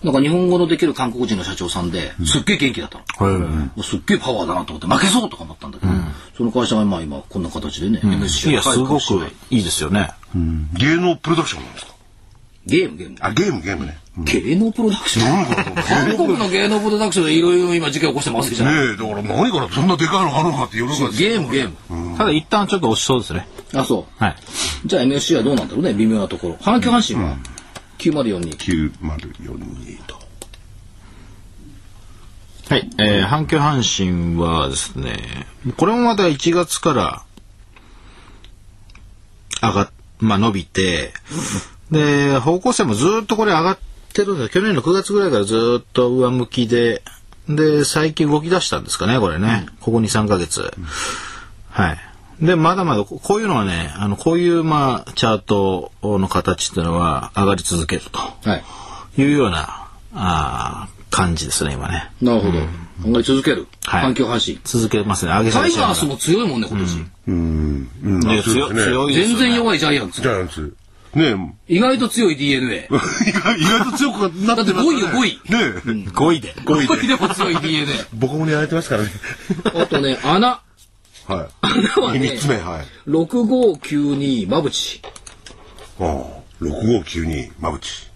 Speaker 1: なんか日本語のできる韓国人の社長さんで、すっげえ元気だったの。
Speaker 3: うん、
Speaker 1: すっげえパワーだなと思って、負けそうとか思ったんだけど、その会社がまあ今こんな形でね、MSC
Speaker 3: い
Speaker 1: が
Speaker 3: や、す
Speaker 1: 入るか
Speaker 3: ご
Speaker 1: もしれ
Speaker 3: く
Speaker 1: ない
Speaker 3: いいですよね。
Speaker 4: 芸能プロダクションなんですか
Speaker 1: ゲーム、ゲーム。
Speaker 4: あ、ゲーム、ゲームね。
Speaker 1: 芸能プロダクション 韓国の芸能プロダクションでいろいろ今事件起こしてますじゃない、
Speaker 4: ねえ、だから何からそんなでかいのあるのかって喜ぶんですよ
Speaker 1: ゲーム、ゲーム。
Speaker 3: ただ、一旦ちょっと落ちそうですね。
Speaker 1: あ、そ
Speaker 3: はい。
Speaker 1: う。じゃあ MSC はどうなんだろうね、微妙なところ。阪急阪神は9042。
Speaker 4: 9042と。
Speaker 3: はい。えー、阪急阪神はですね、これもまた1月から、上がっ、まあ伸びて、で、方向性もずーっとこれ上がってるんですよ去年の9月ぐらいからずーっと上向きで、で、最近動き出したんですかね、これね。ここ2、3ヶ月。はい。で、まだまだこ、こういうのはね、あの、こういう、まあ、チャートの形っていうのは上がり続けると
Speaker 1: はい。
Speaker 3: いうような、あー感じですね、今ね。
Speaker 1: なるほど。考え続ける。
Speaker 3: はい
Speaker 1: 阪急阪神。
Speaker 3: 続けますね。上げ下
Speaker 1: タ
Speaker 3: げ
Speaker 1: イ
Speaker 3: しなが
Speaker 1: ガー
Speaker 3: ら
Speaker 1: スも強いもんね、今年。
Speaker 4: うん。うん。
Speaker 3: いや強
Speaker 4: そうですね
Speaker 3: 強いです
Speaker 1: 全
Speaker 3: よ
Speaker 1: 然
Speaker 3: ね。
Speaker 1: 弱いジャイアンツ
Speaker 4: ジ。ャイアンツ。ね
Speaker 1: 意外と強い DNA。
Speaker 4: え、 意外意外と強くなってますね。
Speaker 1: だって5位よ
Speaker 4: 位。ね
Speaker 3: 5位で。
Speaker 4: え、5位で。
Speaker 1: でも強い DNA。
Speaker 4: 僕もね、やられてますからね。
Speaker 1: あとね、穴。
Speaker 4: は。
Speaker 1: 穴はいね
Speaker 4: 3、つ目、はい。
Speaker 1: 6592馬淵。
Speaker 4: ああ、6592、まぶち。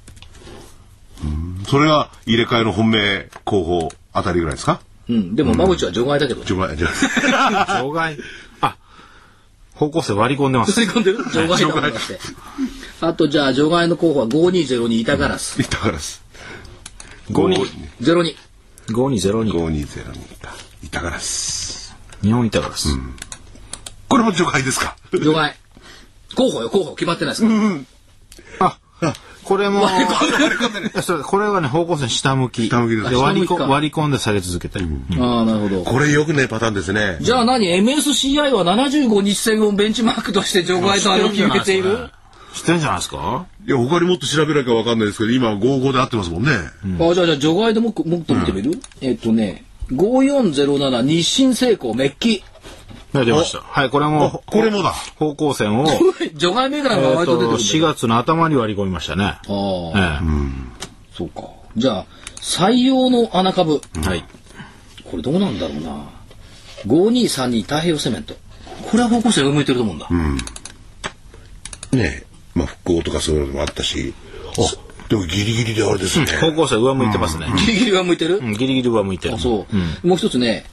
Speaker 4: うんそれが入れ替えの本命候補あたりぐらいですか
Speaker 1: うん、でも馬淵は除外だけど。
Speaker 4: ちょ、ま、じゃ
Speaker 3: 障害。あ、方向性割り込んでます。
Speaker 1: 吸い込んでる除外だもんだって。あとじゃあ、除外の候補は5202板ガラス。
Speaker 4: あ、高安。
Speaker 3: 52
Speaker 1: 02。
Speaker 3: 5202。
Speaker 4: 5202か。板ガラス。
Speaker 3: 日本いたからです。
Speaker 4: これも除外ですか
Speaker 1: 除外。候補よ、候補。決まってないですから。
Speaker 3: あ、これも、
Speaker 1: 割り込んでる
Speaker 3: いやそうこれはね、方向性下向き。
Speaker 4: 下向きです
Speaker 3: で割り
Speaker 1: 下向きか
Speaker 3: 込割り込んで下げ続けてる。
Speaker 1: ああ、なるほど。
Speaker 4: これよくね、パターンですね。
Speaker 1: じゃあ何 ?MSCI は75日線をベンチマークとして除外とあれを決めている
Speaker 3: 知ってんじゃないですか
Speaker 4: いや、他にもっと調べなきゃわかんないですけど、今55で合ってますもんね。
Speaker 1: あ、じゃあ、じゃあ、除外でもっともっと見てみる、えっとね、5407日清成功メッ キ。
Speaker 3: いや出ました。はい、これ
Speaker 4: あ、
Speaker 3: も、
Speaker 4: これもだ。
Speaker 3: 方向線を、
Speaker 1: 除外銘柄
Speaker 3: え
Speaker 1: が
Speaker 3: ー
Speaker 1: 割と出てくるんだ
Speaker 3: と、4月の頭に割り込みましたね。
Speaker 1: ああ、
Speaker 3: え
Speaker 1: そうか。じゃあ、採用の穴株。
Speaker 3: えはい。
Speaker 1: これどうなんだろうな。5232太平洋セメント。これは方向性上向いてると思うんだ。
Speaker 4: ねまあ復興とかそういうのもあったし、あ、でもギリギリであれですね。
Speaker 3: 高校生上向いてますね。
Speaker 1: ギリギリは向いてる、
Speaker 3: うん、ギリギリ上向いてる。
Speaker 1: あそう、もう一つね、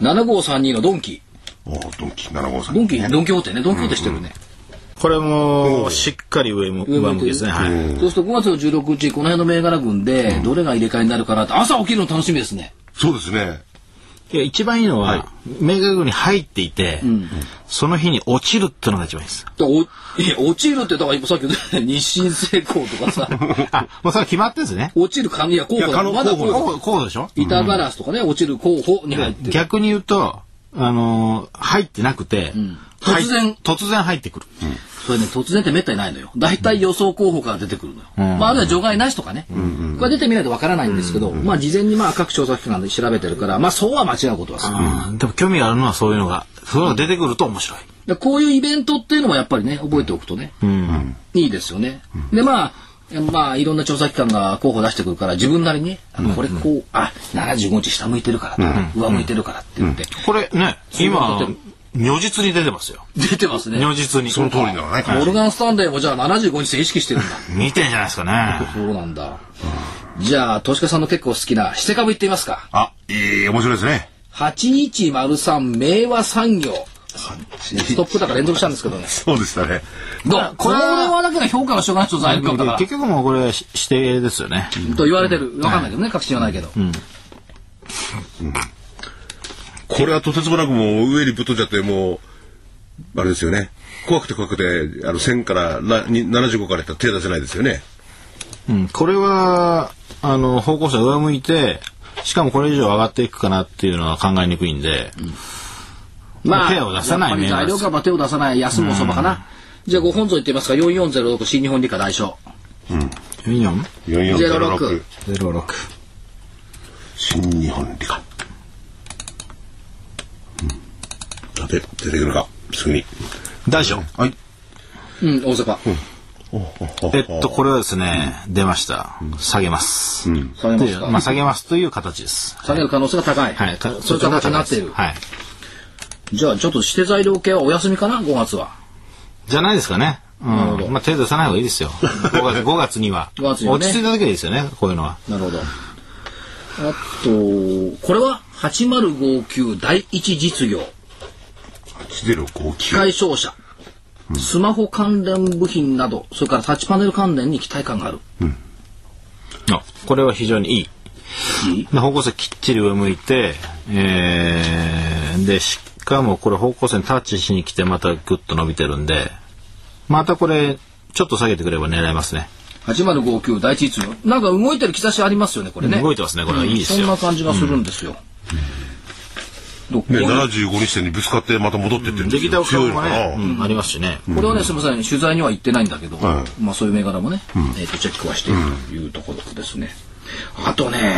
Speaker 1: 7532のドンキ。
Speaker 4: おドンキ、7号さん。
Speaker 1: ドンキ、ドンキホーテね。ドンキホーテしてるね。
Speaker 3: これも、しっかり上
Speaker 1: 上
Speaker 3: 向上
Speaker 1: 向い
Speaker 3: 向
Speaker 1: て
Speaker 3: き
Speaker 1: る
Speaker 3: ですね。はい。
Speaker 1: そうすると5月の16日、この辺の銘柄群で、どれが入れ替えになるかなって、朝起きるの楽しみですね。
Speaker 4: そうですね。
Speaker 3: いや、一番いいの
Speaker 4: はい
Speaker 3: は、銘柄群に入っていて、その日に落ちるってのが一番いいです。
Speaker 1: だからおいや落ちるって、だから今さっき言ったように 日清製工とかさ、
Speaker 3: あ、もうそれ決まってんですね。
Speaker 1: 落ちる可能、いや、候補
Speaker 4: いや可
Speaker 1: だ。
Speaker 4: 能
Speaker 1: まだ
Speaker 4: 候補だ
Speaker 1: 候補
Speaker 3: こう、こうでしょ
Speaker 1: 板ガラスとかね、落ちる候補に入ってる。
Speaker 3: 逆に言うと、あのー入ってなくて、入っ
Speaker 1: 突然
Speaker 3: 突然入ってくる。
Speaker 1: それね、突然ってめったにないのよ。大体予想候補から出てくるのよ。まあ、あるいは除外なしとかね。これ出てみないとわからないんですけど、まあ、事前にまあ、各調査機関で調べてるから、まあ、そうは間違うことはする。
Speaker 3: うんでも興味があるのはそういうのが、そういうのが出てくると面白い。
Speaker 1: でこういうイベントっていうのもやっぱりね、覚えておくとね、いいですよね。で、まあ、まあ、いろんな調査機関が候補出してくるから、自分なりに、あのこれこう、あ、75日下向いてるからとか、上向いてるからって言って、
Speaker 3: これね、
Speaker 1: そういうの
Speaker 3: 今
Speaker 1: 出てる、
Speaker 3: 如実に出てますよ。
Speaker 1: 出てますね。
Speaker 3: 如実に。
Speaker 4: その通りなのね。
Speaker 1: モルガン・スタンレーもじゃあ75日で意識 してるんだ。
Speaker 3: 見てんじゃないですかね。
Speaker 1: そうなんだ。じゃあ、としかさんの結構好きな、シテ株いってみますか。
Speaker 4: あ、いい、面白いですね。
Speaker 1: 8103明和産業。ストップだから連続したんですけどね。
Speaker 4: そうでしたね。
Speaker 1: どうこれはだけど評価がしょうがない人材料だから。
Speaker 3: 結局もうこれし指定ですよね。
Speaker 1: と言われてる。わかんないけどね、確信はないけど。
Speaker 4: これはとてつもなくもう上にぶっ飛んじゃって、もう、あれですよね。怖くて怖くて、あの、1000からなに75からやったら手出せないですよね。
Speaker 3: うん、これは、あの、方向性上向いて、しかもこれ以上上がっていくかなっていうのは考えにくいんで、
Speaker 1: まあ、
Speaker 3: 手を出さない
Speaker 1: やっぱり材料株は手を出さない、安もそばかな。じゃあ、ご本尊いってみますか。4406、新日本理科大賞。
Speaker 3: 4、
Speaker 4: 4406。
Speaker 3: 06。
Speaker 4: 新日本理科。さて、出てくるか。すぐに。
Speaker 3: 大丈夫。
Speaker 4: はい。
Speaker 1: うん、大阪。
Speaker 3: えっと、これはですね、出ました。下げます。
Speaker 1: 下げま
Speaker 3: と
Speaker 1: し
Speaker 3: いう
Speaker 1: た
Speaker 3: まあ、下げますという形です。
Speaker 1: 下げる可能性が高い。
Speaker 3: はい。か
Speaker 1: そういう形になっている。
Speaker 3: はい。
Speaker 1: じゃあ、ちょっと指定材料系はお休みかな、5月は。
Speaker 3: じゃないですかね。う
Speaker 1: なるほど
Speaker 3: ん。まあ、手出さない方がい いですよ。5月、5月には。
Speaker 1: 5月にはね
Speaker 3: 落ち着いた時はいいですよね、こういうのは。
Speaker 1: なるほど。あと、これは8059第一実業、機
Speaker 4: 8059。
Speaker 1: 械商社、スマホ関連部品など、それからタッチパネル関連に期待感がある。
Speaker 3: あこれは非常にいい。
Speaker 1: いい
Speaker 3: で方向性きっちり上向いて、えー、で、しかもこれ方向性にタッチしに来てまたグッと伸びてるんで、またこれ、ちょっと下げてくれば狙えますね。
Speaker 1: 8059第一実業。なんか動いてる兆しありますよね、これね。
Speaker 3: 動いてますね、これはいいです
Speaker 1: そん
Speaker 3: よ
Speaker 1: な。感じがするんですよ。どこ
Speaker 4: ね、
Speaker 1: れ
Speaker 4: 75日線にぶつかってまた戻ってってるん
Speaker 3: 出来
Speaker 4: よ
Speaker 3: 高
Speaker 4: 強
Speaker 3: 株
Speaker 4: いの
Speaker 3: も
Speaker 4: か
Speaker 3: ね、
Speaker 4: な。
Speaker 3: うんありますしね。
Speaker 1: これはね、すみません、取材には行ってないんだけど、
Speaker 4: は
Speaker 1: まあそういう銘柄もね、えっ、と、チェックはしているというところですね。あとね、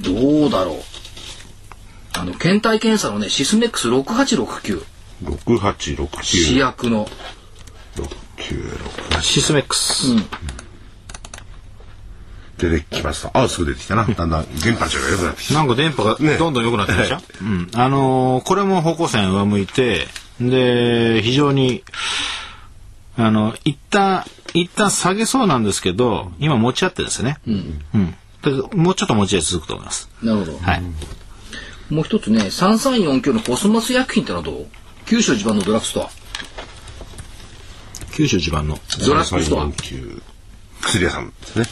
Speaker 1: どうだろう。あの、検体検査のね、シスメックス6869、試
Speaker 4: 6869。
Speaker 1: 薬の、
Speaker 4: 696。
Speaker 3: シスメックス。
Speaker 4: 出てきました。あ、すぐ出てきたな。だんだん電波値が良くなってきた。
Speaker 3: なんか電波が
Speaker 4: ね
Speaker 3: どんどん良くなってるでしょ、うん。あのーこれも方向線上向いて、で、非常に、あの、一旦、一旦下げそうなんですけど、今持ち合ってですね。うん。だけどもうちょっと持ち合い続くと思います。
Speaker 1: なるほど。
Speaker 3: はい。
Speaker 1: もう一つね、3349のコスモス薬品ってのはどう九州地盤のドラッグストア。
Speaker 3: 九州地盤の。
Speaker 1: ドラッグストア。
Speaker 4: 349薬屋さんですね。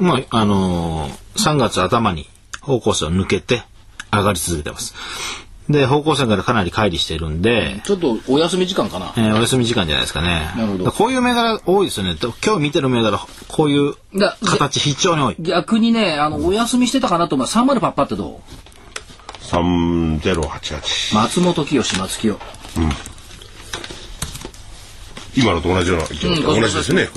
Speaker 3: まあ、あのー、3月頭に方向線を抜けて上がり続けてます。で、方向線からかなり乖離しているんで、
Speaker 1: ちょっとお休み時間かな。
Speaker 3: えーお休み時間じゃないですかね。
Speaker 1: なるほど
Speaker 3: だからこういう銘柄多いですよね。と今日見てる銘柄、こういう
Speaker 1: だ
Speaker 3: 形非常に多い。
Speaker 1: 逆にね、あの、お休みしてたかなと思う3088ってどう
Speaker 4: 3088。
Speaker 1: 松本清、松清。
Speaker 4: 今のと同じような、
Speaker 1: うん
Speaker 4: 同じですね。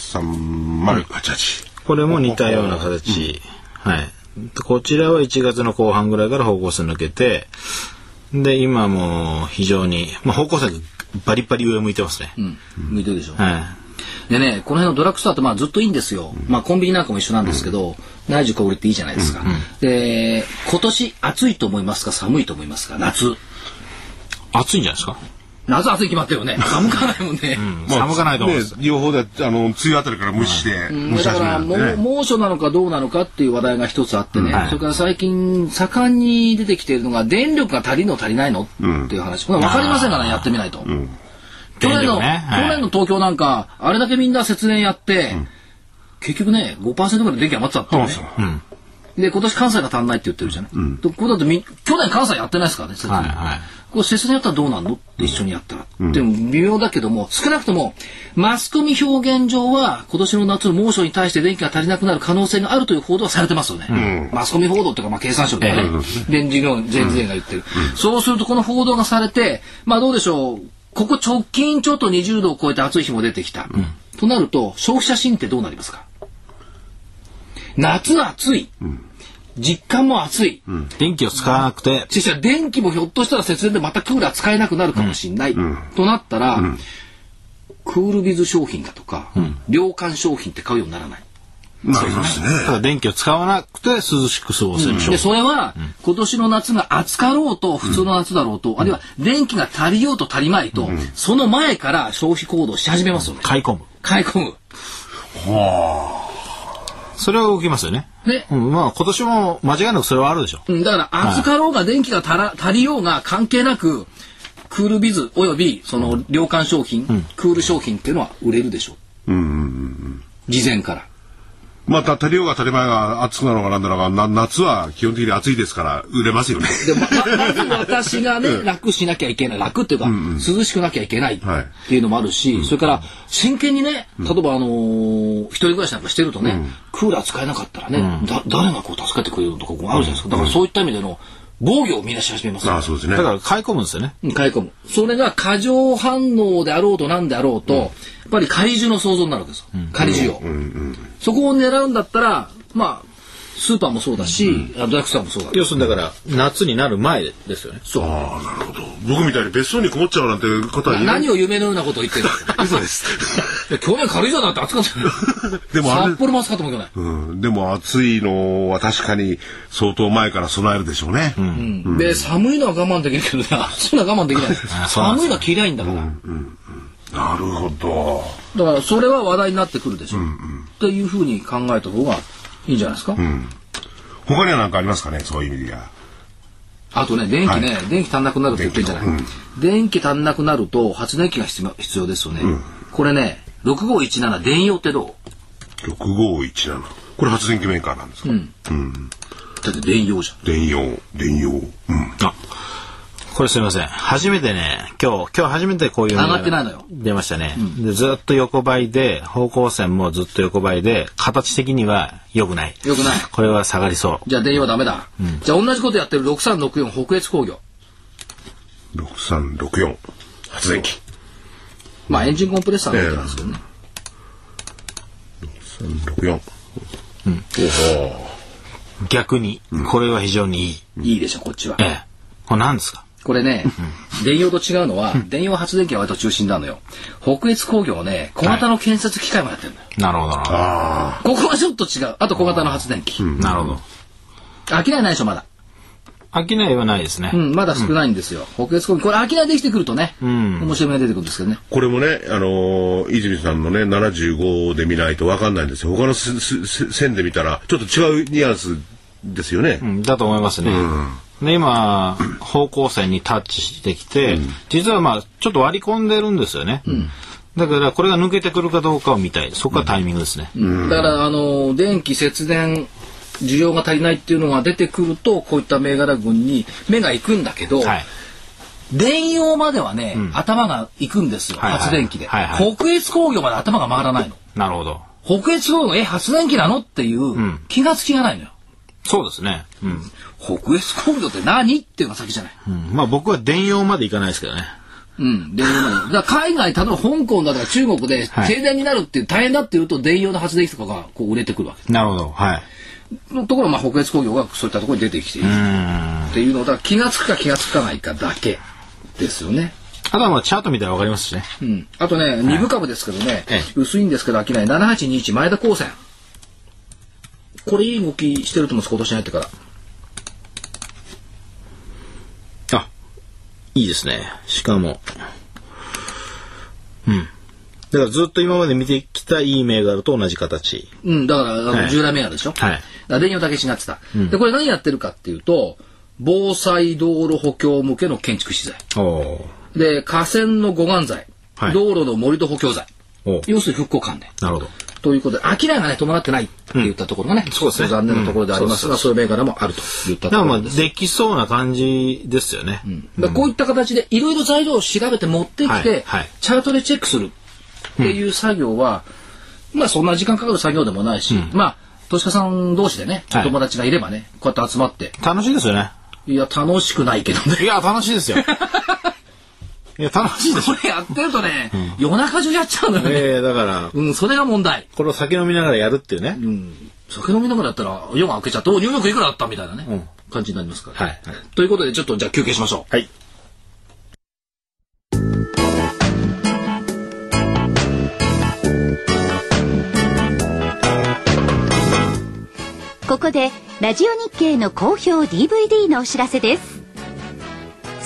Speaker 4: 3088。
Speaker 3: これも似たような形。はい。こちらは1月の後半ぐらいから方向性抜けて、で、今もう非常に、まあ、方向性がバリバリ上向いてますね。
Speaker 1: うん。向いてるでしょ。
Speaker 3: は
Speaker 1: でね、この辺のドラッグストアってまあずっといいんですよ。まあコンビニなんかも一緒なんですけど、内需小売りっていいじゃないですか。で、今年暑いと思いますか、寒いと思いますか、夏。
Speaker 3: い。暑いんじゃないですか。
Speaker 1: 夏暑い決まったよね。寒かないもんね。
Speaker 4: まあ
Speaker 3: 寒かないと思います。
Speaker 4: ね、両方で、あの、梅雨あたりから蒸して、蒸し
Speaker 1: だか
Speaker 4: 始め
Speaker 1: ら
Speaker 4: るん
Speaker 1: も
Speaker 4: で
Speaker 1: う
Speaker 4: ね。
Speaker 1: 猛暑なのかどうなのかっていう話題が一つあってね、
Speaker 3: はい
Speaker 1: それから最近盛んに出てきているのが電力が足りるの足りないのっていう話、これは分かりませんからねやってみないと、去年
Speaker 3: 電
Speaker 1: の、
Speaker 3: 力ねはい
Speaker 1: 去年の東京なんかあれだけみんな節電やって、結局ね5%ぐらい電気余ってたってね
Speaker 4: そう
Speaker 1: で今年関西が足んないって言ってるじゃない、とこれだってみ去年関西やってないですからね節電、
Speaker 3: はいはい。
Speaker 1: これ節電やったらどうなんのって一緒にやったら、でも微妙だけども少なくともマスコミ表現上は今年の夏の猛暑に対して電気が足りなくなる可能性があるという報道はされてますよね、マスコミ報道というか、まあ、経産省とかね、電事業全税が言ってる、そうするとこの報道がされてまあどうでしょうここ直近ちょっと20度を超えて暑い日も出てきた、となると消費者心ってどうなりますか夏は暑い、実感も暑い、
Speaker 3: 電気を使わなくて、
Speaker 1: そしたら電気もひょっとしたら節電でまたクーラー使えなくなるかもしれない、となったら、クールビズ商品だとか、涼感商品って買うようにならない。
Speaker 4: なりますね。
Speaker 3: ただ電気を使わなくて涼しく過ごせる商
Speaker 1: で、
Speaker 3: 品。
Speaker 1: それは、今年の夏が暑かろうと、普通の夏だろうと、あるいは電気が足りようと足りまいと、その前から消費行動し始めますよね。
Speaker 3: 買い込む。
Speaker 1: 買い込む。
Speaker 3: それは動きますよね。
Speaker 1: ね
Speaker 3: うん、まあ今年も間違いなくそれはあるでしょ
Speaker 1: うんだから暑かろうが電気が足ら足りようが関係なくクールビズおよびその量感商品、クール商品っていうのは売れるでしょう,、事前から
Speaker 4: また、足りようが足りまいが暑くなのがなんだろうが、な夏は基本的に暑いですから、売れますよね。
Speaker 1: でもままず私がね楽しなきゃいけない楽っていうか、涼しくなきゃいけない
Speaker 4: はい
Speaker 1: っていうのもあるし、それから真剣にね例えばあのー一人暮らしなんかしてるとね、クーラー使えなかったらね、だ誰がこう助けてくれるとかもあるじゃないですかだからそういった意味での防御をみんなし始めますよ
Speaker 4: ああ、そうです
Speaker 3: う。
Speaker 4: ね
Speaker 3: だ。から買い込むんですよね。
Speaker 1: うん買い込む。それが過剰反応であろうとなんであろうと、やっぱり仮需の創造になるわけですよ。仮需を、そこを狙うんだったら、まあ、スーパーもそうだし、あドラッグストアもそうだ
Speaker 3: 要するにだから夏になる前ですよね。
Speaker 4: ああ、なるほど。僕みたいに別荘にこもっちゃうなんて方はい
Speaker 1: な
Speaker 4: ない。
Speaker 1: 何を夢のようなことを言ってるんですか
Speaker 4: 嘘です。
Speaker 1: いや去年軽いじゃなって暑かったよ
Speaker 4: でもあれ
Speaker 1: 札幌も暑かったもん去年。
Speaker 4: うん、でも暑いのは確かに相当前から備えるでしょうね。
Speaker 1: で、寒いのは我慢できるけどね、 暑いのは我慢できない。
Speaker 3: そうなんで
Speaker 1: 寒いのは嫌いんだから。
Speaker 4: なるほど。
Speaker 1: だから、それは話題になってくるでしょ。っていうふうに考えた方がいいんじゃないですか。
Speaker 4: 他には何かありますかね、そういう意味では。
Speaker 1: あとね、電気ね、
Speaker 4: は
Speaker 1: 電気足んなくなるって言ってんじゃない。電
Speaker 4: 電
Speaker 1: 気,、足んなくなると、発電機が必要必要ですよね。これね、6517電用ってど
Speaker 4: 6517。これ発電機メーカーなんですか、
Speaker 1: うだって電用じゃん。
Speaker 4: 電用、電用。うん。
Speaker 3: あこれすみません初めてね今日今日初めてこういうのが
Speaker 1: 上がってないのよ
Speaker 3: 出ましたね、でずっと横ばいで方向線もずっと横ばいで形的には良くない
Speaker 1: 良くない
Speaker 3: これは下がりそう
Speaker 1: じゃあ電用はダメだ。じゃあ同じことやってる6364北越工業。
Speaker 4: 6364。発電機。
Speaker 1: まあエンジンコンプレッサーのことなんですけどね。
Speaker 4: 64。うん。おお。
Speaker 3: 逆にこれは非常にいい、
Speaker 1: いいでしょ、こっちは。
Speaker 3: ええこれ何ですか
Speaker 1: これね、電用と違うのは、電用発電機は割と中心なのよ。北越工業はね、小型の建設機械もやってるのよ。
Speaker 3: なるほどなるほ
Speaker 4: ああ。
Speaker 1: ここはちょっと違う。あと小型の発電機。
Speaker 3: どなるほど
Speaker 1: 飽きないないでしょ、まだ。
Speaker 3: 商いはないですね、
Speaker 1: うん、まだ少ないんですよ。北越工業。これ、商いできてくるとね、
Speaker 3: ん
Speaker 1: 面白みが出てくるんですけどね。
Speaker 4: これもね、あのー泉さんのね、75で見ないとわかんないんですよ。他のすすす線で見たら、ちょっと違うニュアンスですよね。
Speaker 3: うんだと思いますね。で今方向線にタッチしてきて、実はまあちょっと割り込んでるんですよね。だからこれが抜けてくるかどうかを見たい。そこがタイミングですね。
Speaker 1: だから、あの、電気節電、需要が足りないっていうのが出てくると、こういった銘柄群に目が行くんだけど、
Speaker 3: はい。
Speaker 1: 電用まではね、頭が行くんですよ、
Speaker 3: はいはい
Speaker 1: 発電機で、
Speaker 3: はいはい
Speaker 1: 北越工業まで頭が回らないの。
Speaker 3: なるほど。
Speaker 1: 北越工業、え、発電機なのっていう気がつきがないのよ。
Speaker 3: そうですね。うん。
Speaker 1: 北越工業って何っていうのが先じゃない。
Speaker 3: うんまあ僕は電用までいかないですけどね。
Speaker 1: うん、電用まで。だから海外、例えば香港だとか中国で
Speaker 3: はい
Speaker 1: 停電になるっていう、大変だっていうと、電用の発電機とかがこう売れてくるわけ。
Speaker 3: なるほど。はい。
Speaker 1: のところまあ北越工業がそういったところに出てきているっていうのだから気がつくか気がつかないかだけですよね。
Speaker 3: あとはまあチャート見たらわかりますしね。
Speaker 1: うん、あとね、二部株ですけどね
Speaker 3: ええ、
Speaker 1: 薄いんですけど、商い7821前田高専。これいい動きしてると思うんです、今年に入ってから。
Speaker 3: あ、いいいですね。しかも。うん。だからずっと今まで見てきたいい銘柄と同じ形。
Speaker 1: うん、だから、あの
Speaker 3: はい
Speaker 1: 従来銘柄でしょ。
Speaker 3: はい。
Speaker 1: レニオだけ違ってた。で、これ何やってるかっていうと、防災道路補強向けの建築資材。
Speaker 3: おお
Speaker 1: で、河川の護岸材。
Speaker 3: はい
Speaker 1: 道路の森と補強材。
Speaker 3: お
Speaker 1: 要するに復興関連。
Speaker 3: なるほど。
Speaker 1: ということで、商いがね、伴ってないって言ったところがね、
Speaker 3: そうですね
Speaker 1: 残念なところであります
Speaker 3: う
Speaker 1: が、
Speaker 3: ん
Speaker 1: そういう銘柄もあると言った
Speaker 3: だ
Speaker 1: と
Speaker 3: か
Speaker 1: こ
Speaker 3: らま
Speaker 1: ろ
Speaker 3: あ、
Speaker 1: です。
Speaker 3: できそうな感じですよね。うん。
Speaker 1: だからこういった形でいろいろ材料を調べて持ってき
Speaker 3: はい
Speaker 1: て
Speaker 3: はい、
Speaker 1: チャートでチェックするっていう作業は、まあそんな時間かかる作業でもないし、まあ、投資家さん同士でね、
Speaker 3: はい
Speaker 1: お友達がいればね、こうやって集まって、
Speaker 3: 楽しいですよね。
Speaker 1: いや、楽しくないけどね。
Speaker 3: いや、楽しいですよ。 いや、楽しいです
Speaker 1: こ
Speaker 3: よ。
Speaker 1: れやってるとね、夜中中やっちゃうのよね。
Speaker 3: ええだから、
Speaker 1: うん、それが問題。
Speaker 3: これを酒飲みながらやるっていうね。
Speaker 1: 酒飲みながらだったら、夜が明けちゃって、おニューヨークいくらだったみたいなね、
Speaker 3: うん
Speaker 1: 感じになりますから。
Speaker 3: はい。
Speaker 1: ということで、ちょっとじゃあ休憩しましょう。
Speaker 3: はい。
Speaker 2: ここでラジオ日経の好評 DVD のお知らせです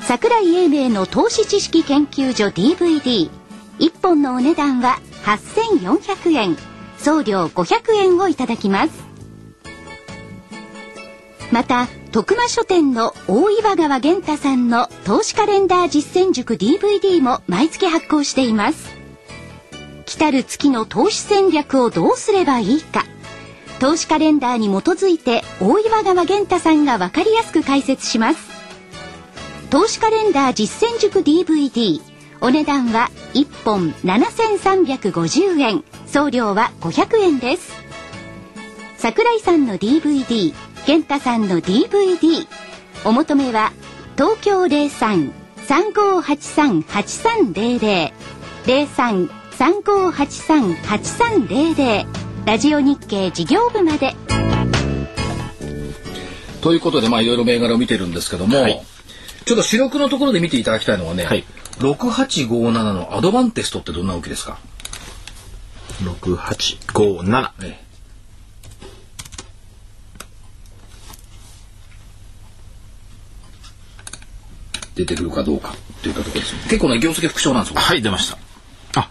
Speaker 2: 桜井英明の投資知識研究所 DVD1 本のお値段は8400円送料500円をいただきますまた徳間書店の大岩川源太さんの投資カレンダー実践塾 DVD も毎月発行しています来たる月の投資戦略をどうすればいいか投資カレンダーに基づいて大岩川源太さんが分かりやすく解説します投資カレンダー実践塾 DVD お値段は1本7350円送料は500円です桜井さんの DVD 健太さんの DVD お求めは東京03-3583-8300 03-3583-8300ラジオ日経事業部まで
Speaker 1: ということで、まあいろいろ銘柄を見てるんですけども、
Speaker 3: はい
Speaker 1: ちょっと主力のところで見ていただきたいのはね、
Speaker 3: はい
Speaker 1: 6857のアドバンテストってどんな動きですか、
Speaker 3: 六八五七。
Speaker 1: ええ出てくるかどうかといったところですね結構ね業績復調なんですよ、
Speaker 3: はい、出ました。あ、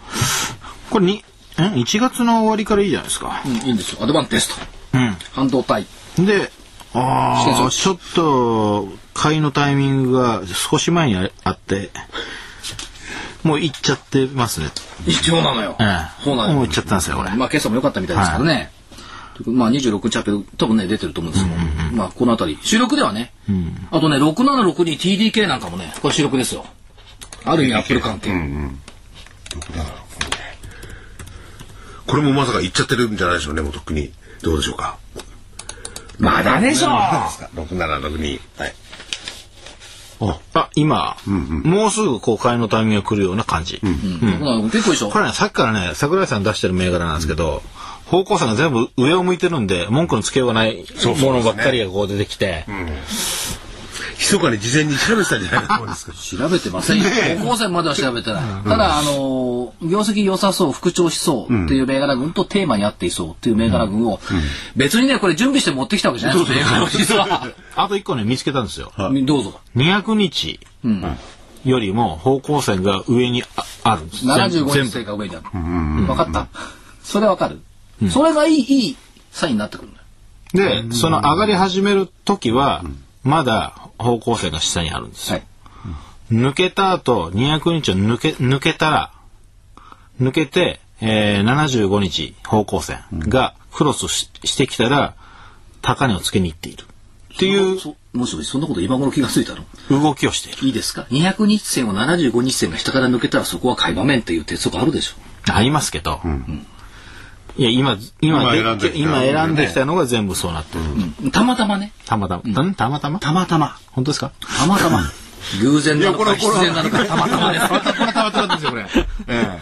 Speaker 3: これに、ん ?1 月の終わりからいいじゃないですか。
Speaker 1: うん、いいんですよアドバンテスト
Speaker 3: うん。
Speaker 1: 半導体試
Speaker 3: で、
Speaker 1: 験装
Speaker 3: ああ、
Speaker 1: 置
Speaker 3: ちょっと、買いのタイミングが少し前にああって、もう行っちゃってますね。
Speaker 1: 一応なのよ、
Speaker 3: ええ。
Speaker 1: そうなのよ
Speaker 3: もう行っちゃったんですよ、これ。
Speaker 1: まあ、今朝も良かったみたいですからね。まあ、26日あって、多分ね、出てると思うんですけど、まあ、このあたり。収録ではね、あとね、676に TDK なんかもね、これ収録ですよ。ある意味、アップル関係。
Speaker 4: これもまさか行っちゃってるんじゃないでしょうね、もうとっくに。どうでしょうか。
Speaker 1: まだでしょ
Speaker 4: 6762。はい。
Speaker 3: ああ、今、もうすぐこう買いのタイミングが来るような感じ。
Speaker 1: うん結構でしょ。
Speaker 3: これね、さっきからね、桜井さん出してる銘柄なんですけど、方向性が全部上を向いてるんで、文句のつけようがない
Speaker 4: そうそ
Speaker 3: も
Speaker 4: う
Speaker 3: のばっかりがこう出てきて、
Speaker 4: 密かに事前に調べてたんじゃないかと思うんですけど
Speaker 1: 調べてませんよ。高校生までは調べてない。ただ、あのー、業績良さそう、復調しそうっていう銘柄群とテーマに合っていそうっていう銘柄群を、別にね、これ準備して持ってきたわけじゃないです銘柄を実は。
Speaker 3: あと一個ね、見つけたんですよ。
Speaker 1: ど うぞ。
Speaker 3: 200日よりも方向線が上にああるんです。
Speaker 1: 75
Speaker 3: 全
Speaker 1: 日
Speaker 3: 部
Speaker 1: 生が上にある。分かったそれわかるそれがいい、いいサインになってくるんだよ。
Speaker 3: で、その上がり始める時は、まだ方向性が下にあるんですよ。
Speaker 1: はい。
Speaker 3: 抜けた後、200日を抜け、抜けたら、抜けて、えー、75日方向線がクロスししてきたら、高値をつけに行っている。っていう
Speaker 1: そもしもし、そんなこと今頃気がついたの
Speaker 3: 動きをしている。
Speaker 1: いいですか ?200 日線を75日線が下から抜けたらそこは買い場面っていう鉄則あるでしょ。
Speaker 3: ありますけど、いや、今、今
Speaker 4: 今選んできた
Speaker 3: 今選んできたのが全部そうなってる。
Speaker 1: たまたまね。
Speaker 3: たまたま、んたまたま
Speaker 1: たまたま。
Speaker 3: 本当ですか
Speaker 1: たまたま。偶然なの
Speaker 4: い
Speaker 1: か
Speaker 4: やこれこ
Speaker 1: 必
Speaker 4: れ
Speaker 1: 然なのかたまたまです。
Speaker 3: こ れたまたまですよ、これ。え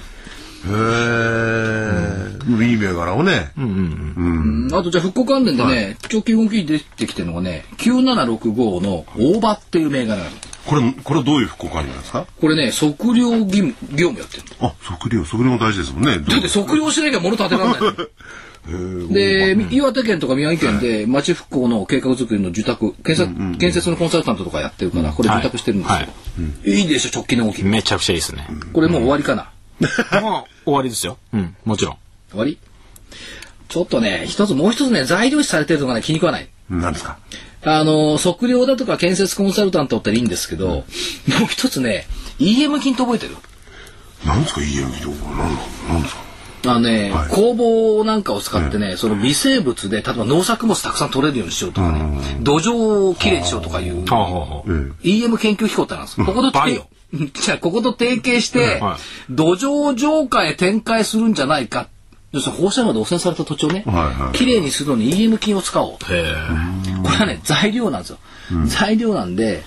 Speaker 4: へえ。いい銘柄をね。
Speaker 1: うんあとじゃあ復興関連でね、長期本気で出てきてるのがね、9765の大葉っていう銘柄がある。
Speaker 4: これ、これどういう復興管理なんですか
Speaker 1: これね、測量義務、業務やってるの。
Speaker 4: あ、測量、測量も大事ですもんね。
Speaker 1: だって測量しなきゃ物建てられない の。で、岩手県とか宮城県で町復興の計画づくりの住宅、建設建設のコンサルタントとかやってるから、これ住宅してるんですよ
Speaker 3: はいは。
Speaker 1: いいでしょ、直近の動き
Speaker 3: え。 めちゃくちゃいいですね。
Speaker 1: これもう終わりかな。
Speaker 3: もう終わりですよ。うん、もちろん。
Speaker 1: 終わりちょっとね、一つ、もう一つね、材料視されてるのがね、気に食わない。
Speaker 4: なんですか
Speaker 1: あの、測量だとか建設コンサルタントっていいんですけど、もう一つね、EM 金って覚えてる
Speaker 4: なんですか ?EM 企業なんだなんですか
Speaker 1: あのね、
Speaker 4: はい
Speaker 1: 工房なんかを使ってね、その微生物で、例えば農作物たくさん取れるようにしようとかね、土壌をきれいにしようとかいう、
Speaker 3: ほうほうほう。
Speaker 1: EM 研究機構ってあるんです。ここと
Speaker 3: バイオ
Speaker 1: じゃあここと提携して、
Speaker 3: うんはい
Speaker 1: 土壌を浄化へ展開するんじゃないか。要するに放射能で汚染された土地をね
Speaker 4: はいは、い
Speaker 1: きれいにするのに EM 菌を使おう。
Speaker 3: へえ。
Speaker 1: これはね、材料なんですよ。材料なんで、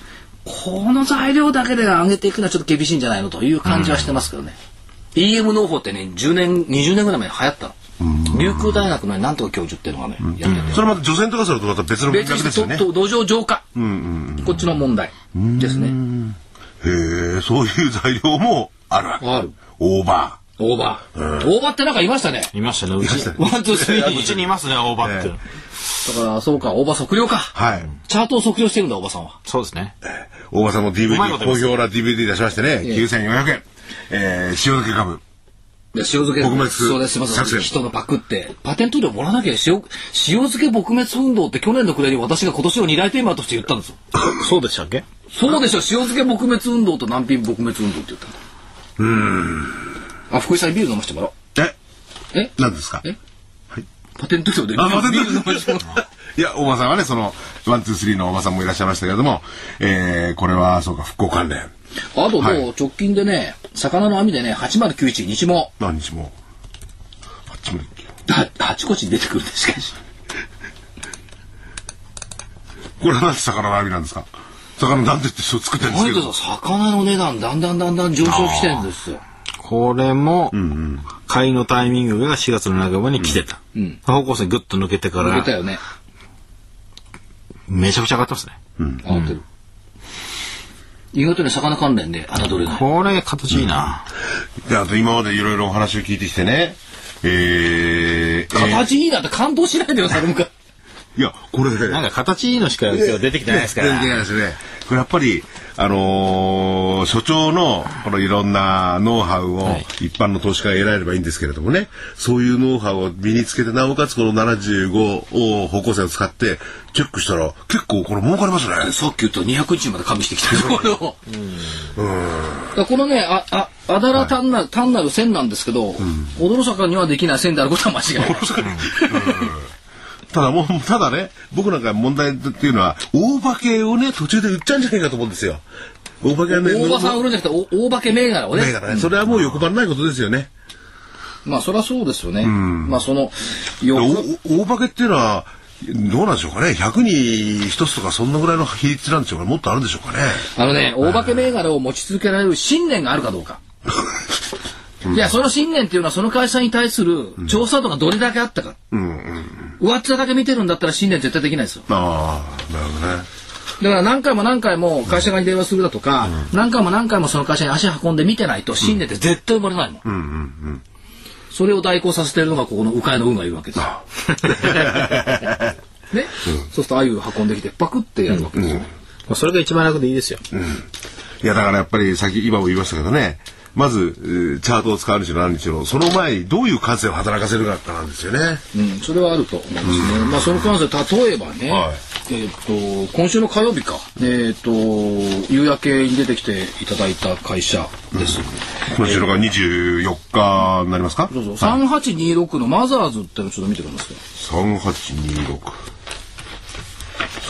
Speaker 1: この材料だけで上げていくのはちょっと厳しいんじゃないのという感じはしてますけどね。EM 農法ってね、10年、20年ぐらい前に流行ったの。琉球大学のねなんとか教授っていうのがね、やってて。
Speaker 4: それまた除染とかするとまた別の文
Speaker 1: 別
Speaker 4: 脈
Speaker 1: に
Speaker 4: です
Speaker 1: ちょ
Speaker 4: よ
Speaker 1: っ
Speaker 4: ね。
Speaker 1: と土壌浄化。こっちの問題ですね。
Speaker 4: へえ、そういう材料もあるわけ。
Speaker 1: ある。
Speaker 4: オーバ
Speaker 1: 大葉。大葉ってなんかいましたね。
Speaker 3: いましたね、うち。
Speaker 1: ワン、ツー、ス リー。
Speaker 3: うちにいますね、大葉って
Speaker 4: ええ。
Speaker 1: だから、そうか、大葉測量か。
Speaker 4: ー。はい。
Speaker 1: チャートを測量してるんだ、おばさんは。
Speaker 3: そうですね。
Speaker 4: 大場さんも
Speaker 3: う
Speaker 4: DVD
Speaker 3: まいこ、と言
Speaker 4: 好
Speaker 3: います
Speaker 4: 評な DVD 出しましてね、
Speaker 1: ええ
Speaker 4: 9400円。えー、塩漬け株。
Speaker 1: いや塩漬け
Speaker 4: 撲滅
Speaker 1: そうです、すいませ
Speaker 4: 作
Speaker 1: ん。
Speaker 4: 戦
Speaker 1: 人のパクって。パテント料もらわなきゃ、塩、塩漬け撲滅運動って去年の暮れに私が今年を二大テーマとして言ったんですよ。
Speaker 3: そうでしたっけ
Speaker 1: そうでしょ、塩漬け撲滅運動と難品撲滅運動って言ったんだ。うん。あ、福井さんにビール飲ましてもらおう。
Speaker 4: え
Speaker 1: え
Speaker 4: 何ですか
Speaker 1: えパテント料でビ
Speaker 4: あ、ま
Speaker 1: ー
Speaker 4: た
Speaker 1: ル
Speaker 4: 出
Speaker 1: ビ
Speaker 4: た
Speaker 1: ール飲ましてもらおう。
Speaker 4: いや、大場さんはね、その、ワン、ツー、スリーの大場さんもいらっしゃいましたけれども、えー、これは、そうか、復興関連。
Speaker 1: あと、
Speaker 4: は
Speaker 1: もう直近でね、魚の網でね、8091日も、
Speaker 4: 何日も。あっちも行け
Speaker 1: だあちこちに出てくるんで、しかし。
Speaker 4: これは何で魚の網なんですか魚なんでって人作ってるんです
Speaker 1: 森
Speaker 4: け
Speaker 1: 田
Speaker 4: ど
Speaker 1: さん、。魚の値段、だんだんだんだん上昇してるんですよ。
Speaker 3: これも、買いのタイミングが4月の半ばに来てた。方向性ぐっと抜けてか
Speaker 1: 抜けた
Speaker 3: ら、
Speaker 1: よね。
Speaker 3: めちゃくちゃ上がってますね。
Speaker 1: 上がってる。意外とね、魚関連で侮れない。
Speaker 3: これ、形いいな。
Speaker 4: で、あと今までいろいろお話を聞いてきてね、えー、えー
Speaker 1: 形いいなって感動しないでよ、猿向か。
Speaker 4: いや、これ、
Speaker 3: なんか形いいのしか今日出てきてないですから。
Speaker 4: 出てきてないですね。これやっぱり、あのー所長の、このいろんなノウハウを
Speaker 3: い
Speaker 4: 一般の投資家が得られればいいんですけれどもね、そういうノウハウを身につけて、なおかつこの75を方向性を使ってチェックしたら、結構これ儲かります ね。
Speaker 1: さっき言った200日まで加味してきたところ。だからこのね、あ、あ、あだら単なる、単なる線なんですけど、驚さかにはできない線であることは間違いない。
Speaker 4: ただもう、ただね、僕なんか問題っていうのは、大化けをね、途中で売っちゃうんじゃないかと思うんですよ。大化けはね、
Speaker 1: 大場さん売るんじゃなくて、お大化け銘柄をね
Speaker 4: ない。からね、それはもう欲張らないことですよね。
Speaker 1: まあ、そりゃそうですよね。まあ、その、
Speaker 4: お
Speaker 1: よ
Speaker 4: お大化けっていうのは、どうなんでしょうかね。100に1つとかそんなぐらいの比率なんでしょうかね。もっとあるんでしょうかね。
Speaker 1: あのね、大化け銘柄を持ち続けられる信念があるかどう か。いや、その信念っていうのは、その会社に対する調査とかどれだけあったか。上っ面だけ見てるんだったら信念絶対できないですよ。
Speaker 4: ああ、なるほどね。
Speaker 1: だから何回も何回も会社側に電話するだとか、何回も何回もその会社に足運んで見てないと信念って絶対生まれないもん。それを代行させてるのが、ここの鵜飼の運がいるわけですよ。 ね、そうすると、あゆ運んできて、パクってやるわけですよ。
Speaker 3: もうそれが一番楽でいいですよ。
Speaker 4: いや、だからやっぱり先、今も言いましたけどね。まず、えーチャートを使うにしろ何にしろ、その前にどういう感性を働かせるかなんですよね。
Speaker 1: うん、それはあると思いますね。まあ、その関して、例えばね、
Speaker 4: はい
Speaker 1: えーっと、今週の火曜日か、えーっと、夕焼けに出てきていただいた会社です。
Speaker 4: 今週のが24日になりますか
Speaker 1: どうぞ、3826のマザーズってのをちょっと見てください。
Speaker 4: 3826。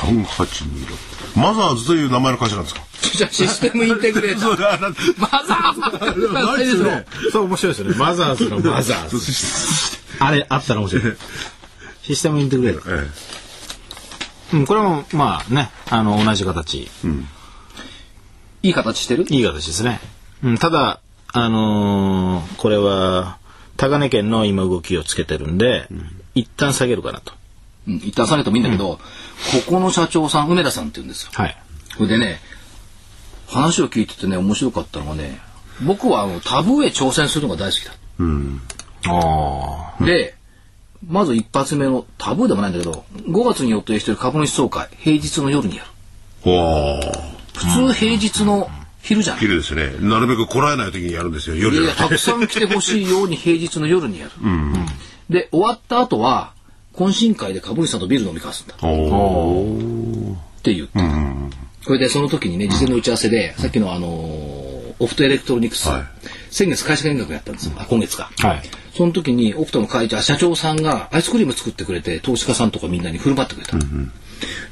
Speaker 4: 3826。マザーズという名前の会社なんですか
Speaker 1: じゃあシステムインテグレーター。
Speaker 4: だ、なん
Speaker 1: マザーズなんてですね。
Speaker 3: そう、面白いですよね。マザーズの マザーズ。あれ、あったら面 白い。システムインテグレーター。
Speaker 4: え
Speaker 3: うん、これも、まあね、あの、同じ形。
Speaker 1: いい形してる
Speaker 3: いい形ですね。うん、ただ、あのーこれは、高値県の今動きをつけてるんで、一旦下げるかなと。
Speaker 1: うん、一旦下げてもいいんだけど、ここの社長さん、梅田さんって言うんですよ。
Speaker 3: はい。
Speaker 1: それでね、話を聞いててね、面白かったのがね、僕はあのタブーへ挑戦するのが大好きだ。
Speaker 3: あ
Speaker 1: で、まず一発目のタブーでもないんだけど、5月に予定している株主総会、平日の夜にやる。
Speaker 4: ほー。
Speaker 1: 普通平日の昼じゃない。
Speaker 4: 昼ですね。なるべくこらえない時にやるんですよ、夜
Speaker 1: いやい
Speaker 4: じ
Speaker 1: や
Speaker 4: ゃな
Speaker 1: た
Speaker 4: く
Speaker 1: く
Speaker 4: て。
Speaker 1: さん 来てほしいように平日の夜にやる。で、終わった後は、懇親会で株主さんとビール飲み交わすんだ。
Speaker 4: ほ
Speaker 1: って言ってた。それでその時にね、事前の打ち合わせで、さっきのあのーオフトエレクトロニクス、
Speaker 4: はい
Speaker 1: 先月会社見学やったんですよ。あ、今月か。
Speaker 3: あ。はい。
Speaker 1: その時にオフトの会長、社長さんがアイスクリーム作ってくれて、投資家さんとかみんなに振る舞ってくれた。い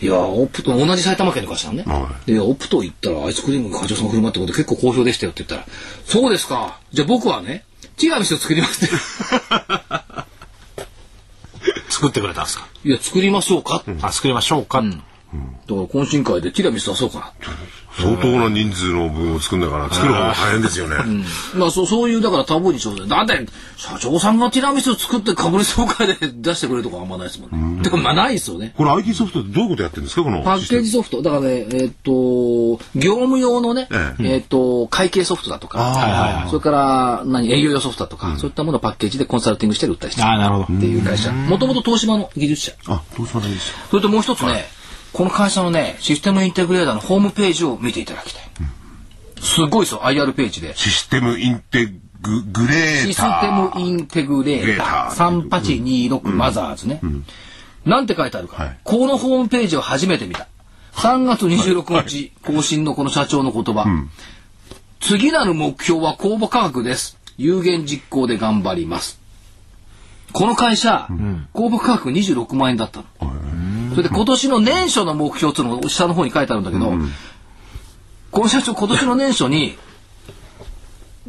Speaker 1: やーオプト、同じ埼玉県の会社なのね。、
Speaker 4: はい
Speaker 1: で、オプト行ったら、アイスクリームが課長さんが振る舞ってくれて結構好評でしたよって言ったら、そうですか。じゃあ僕はね、ティラミスを作りますって。
Speaker 3: 作ってくれたんですか
Speaker 1: いや、作りましょうか。だか
Speaker 3: あ、作りましょうか。
Speaker 1: ら懇親会でティラミス出そうかな。
Speaker 4: 相当な人数の分を作るんだから、作る方が大変ですよね。
Speaker 1: まあそうそういうだからタブーに挑戦だって社長さんがティラミスを作って株主総会で 出してくれるとかあんまないですもんね。てかまあないですよね。
Speaker 4: これ IT ソフトってどういうことやってるんですかこの
Speaker 1: パッケージソフトだからねえーっ、と業務用のねえ
Speaker 4: え
Speaker 1: ーっ、と会計ソフトだとかそれから何営業用ソフトだとか、そういったものをパッケージでコンサルティングして売ったりしてる
Speaker 3: ああ、なるほど。
Speaker 1: っていう会社もともと東芝の技術者
Speaker 4: あ、どうしまいいですか
Speaker 1: それともう一つね、この会社のね、システムインテグレーターのホームページを見ていただきたい。すごいですよ、IR ページで。
Speaker 4: システムインテググレ
Speaker 1: シ
Speaker 4: ー
Speaker 1: ス
Speaker 4: タ
Speaker 1: テ
Speaker 4: ー。
Speaker 1: ムインテグレーター3826マザーズね。なんて書いてあるか、
Speaker 4: はい
Speaker 1: このホームページを初めて見た。3月26日更新のこの社長の言葉。次なる目標は公募価格です。有限実行で頑張ります。この会社、公募価格26万円だったの。それで今年の年初の目標っていうのが下の方に書いてあるんだけど、この社長今年の年初に、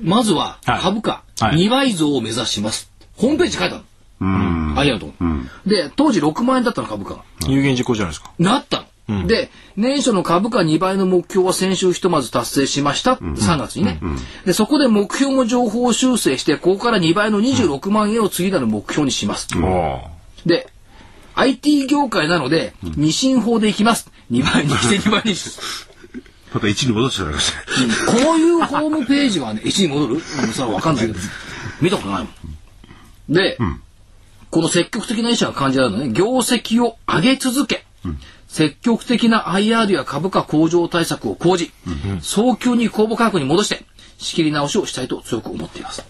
Speaker 1: まずは
Speaker 3: はい
Speaker 1: 株価
Speaker 3: はい
Speaker 1: 2倍増を目指します。ホームページ書いてあるの。ありがとう。で、当時6万円だったの株価が。
Speaker 3: 有限実行じゃないですか。
Speaker 1: なったの。で、年初の株価2倍の目標は先週ひとまず達成しました。3月にね。で、そこで目標も情報修正して、ここから2倍の26万円を次なる目標にします。で、IT 業界なので、二進法でいきます。2倍にして2倍にして。
Speaker 4: また1に戻してゃいました。
Speaker 1: こういうホームページはね、1に戻る、うん、それはわかんないけど、見たことないもん。で、この積極的な意思が感じられるのね、業績を上げ続け、積極的な IR や株価向上対策を講じ、早急に公募価格に戻して、仕切り直しをしたいと強く思っています。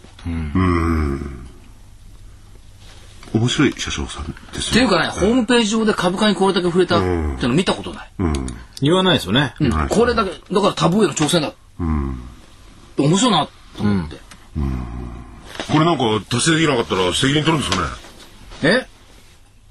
Speaker 4: 面白い車掌さんです
Speaker 1: ってい
Speaker 4: ね。
Speaker 1: うかね、ホームページ上で株価にこれだけ触れたっていうの見たことない。
Speaker 3: 言わないですよね。
Speaker 1: うんこれだけ、だからタブーへの挑戦だ。面白いなと思って。
Speaker 4: これなんか達成できなかったら責任取るんですか
Speaker 1: え
Speaker 4: ね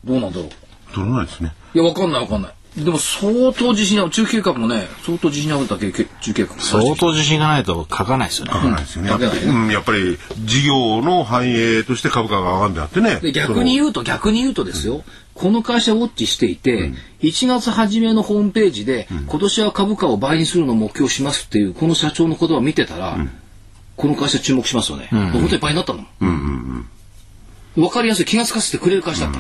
Speaker 1: どうなんだろう。
Speaker 4: 取らないですね。
Speaker 1: いや、わかんないわかんない。でも相当自信ある。中継格もね、相当自信あるだけ、け中継格。
Speaker 3: 相当自信がないと書かないですよね。
Speaker 4: 取らないですよね。
Speaker 1: 取らないね
Speaker 4: うん、やっぱり事業の繁栄として株価が上がるんであってね。
Speaker 1: で、逆に言うと、逆に言うとですよ、この会社をウォッチしていて、1月初めのホームページで、今年は株価を倍にするのを目標しますっていう、この社長の言葉を見てたら、この会社注目しますよね。本当に倍になったの。わかりやすい。気がつかせてくれる会社だった。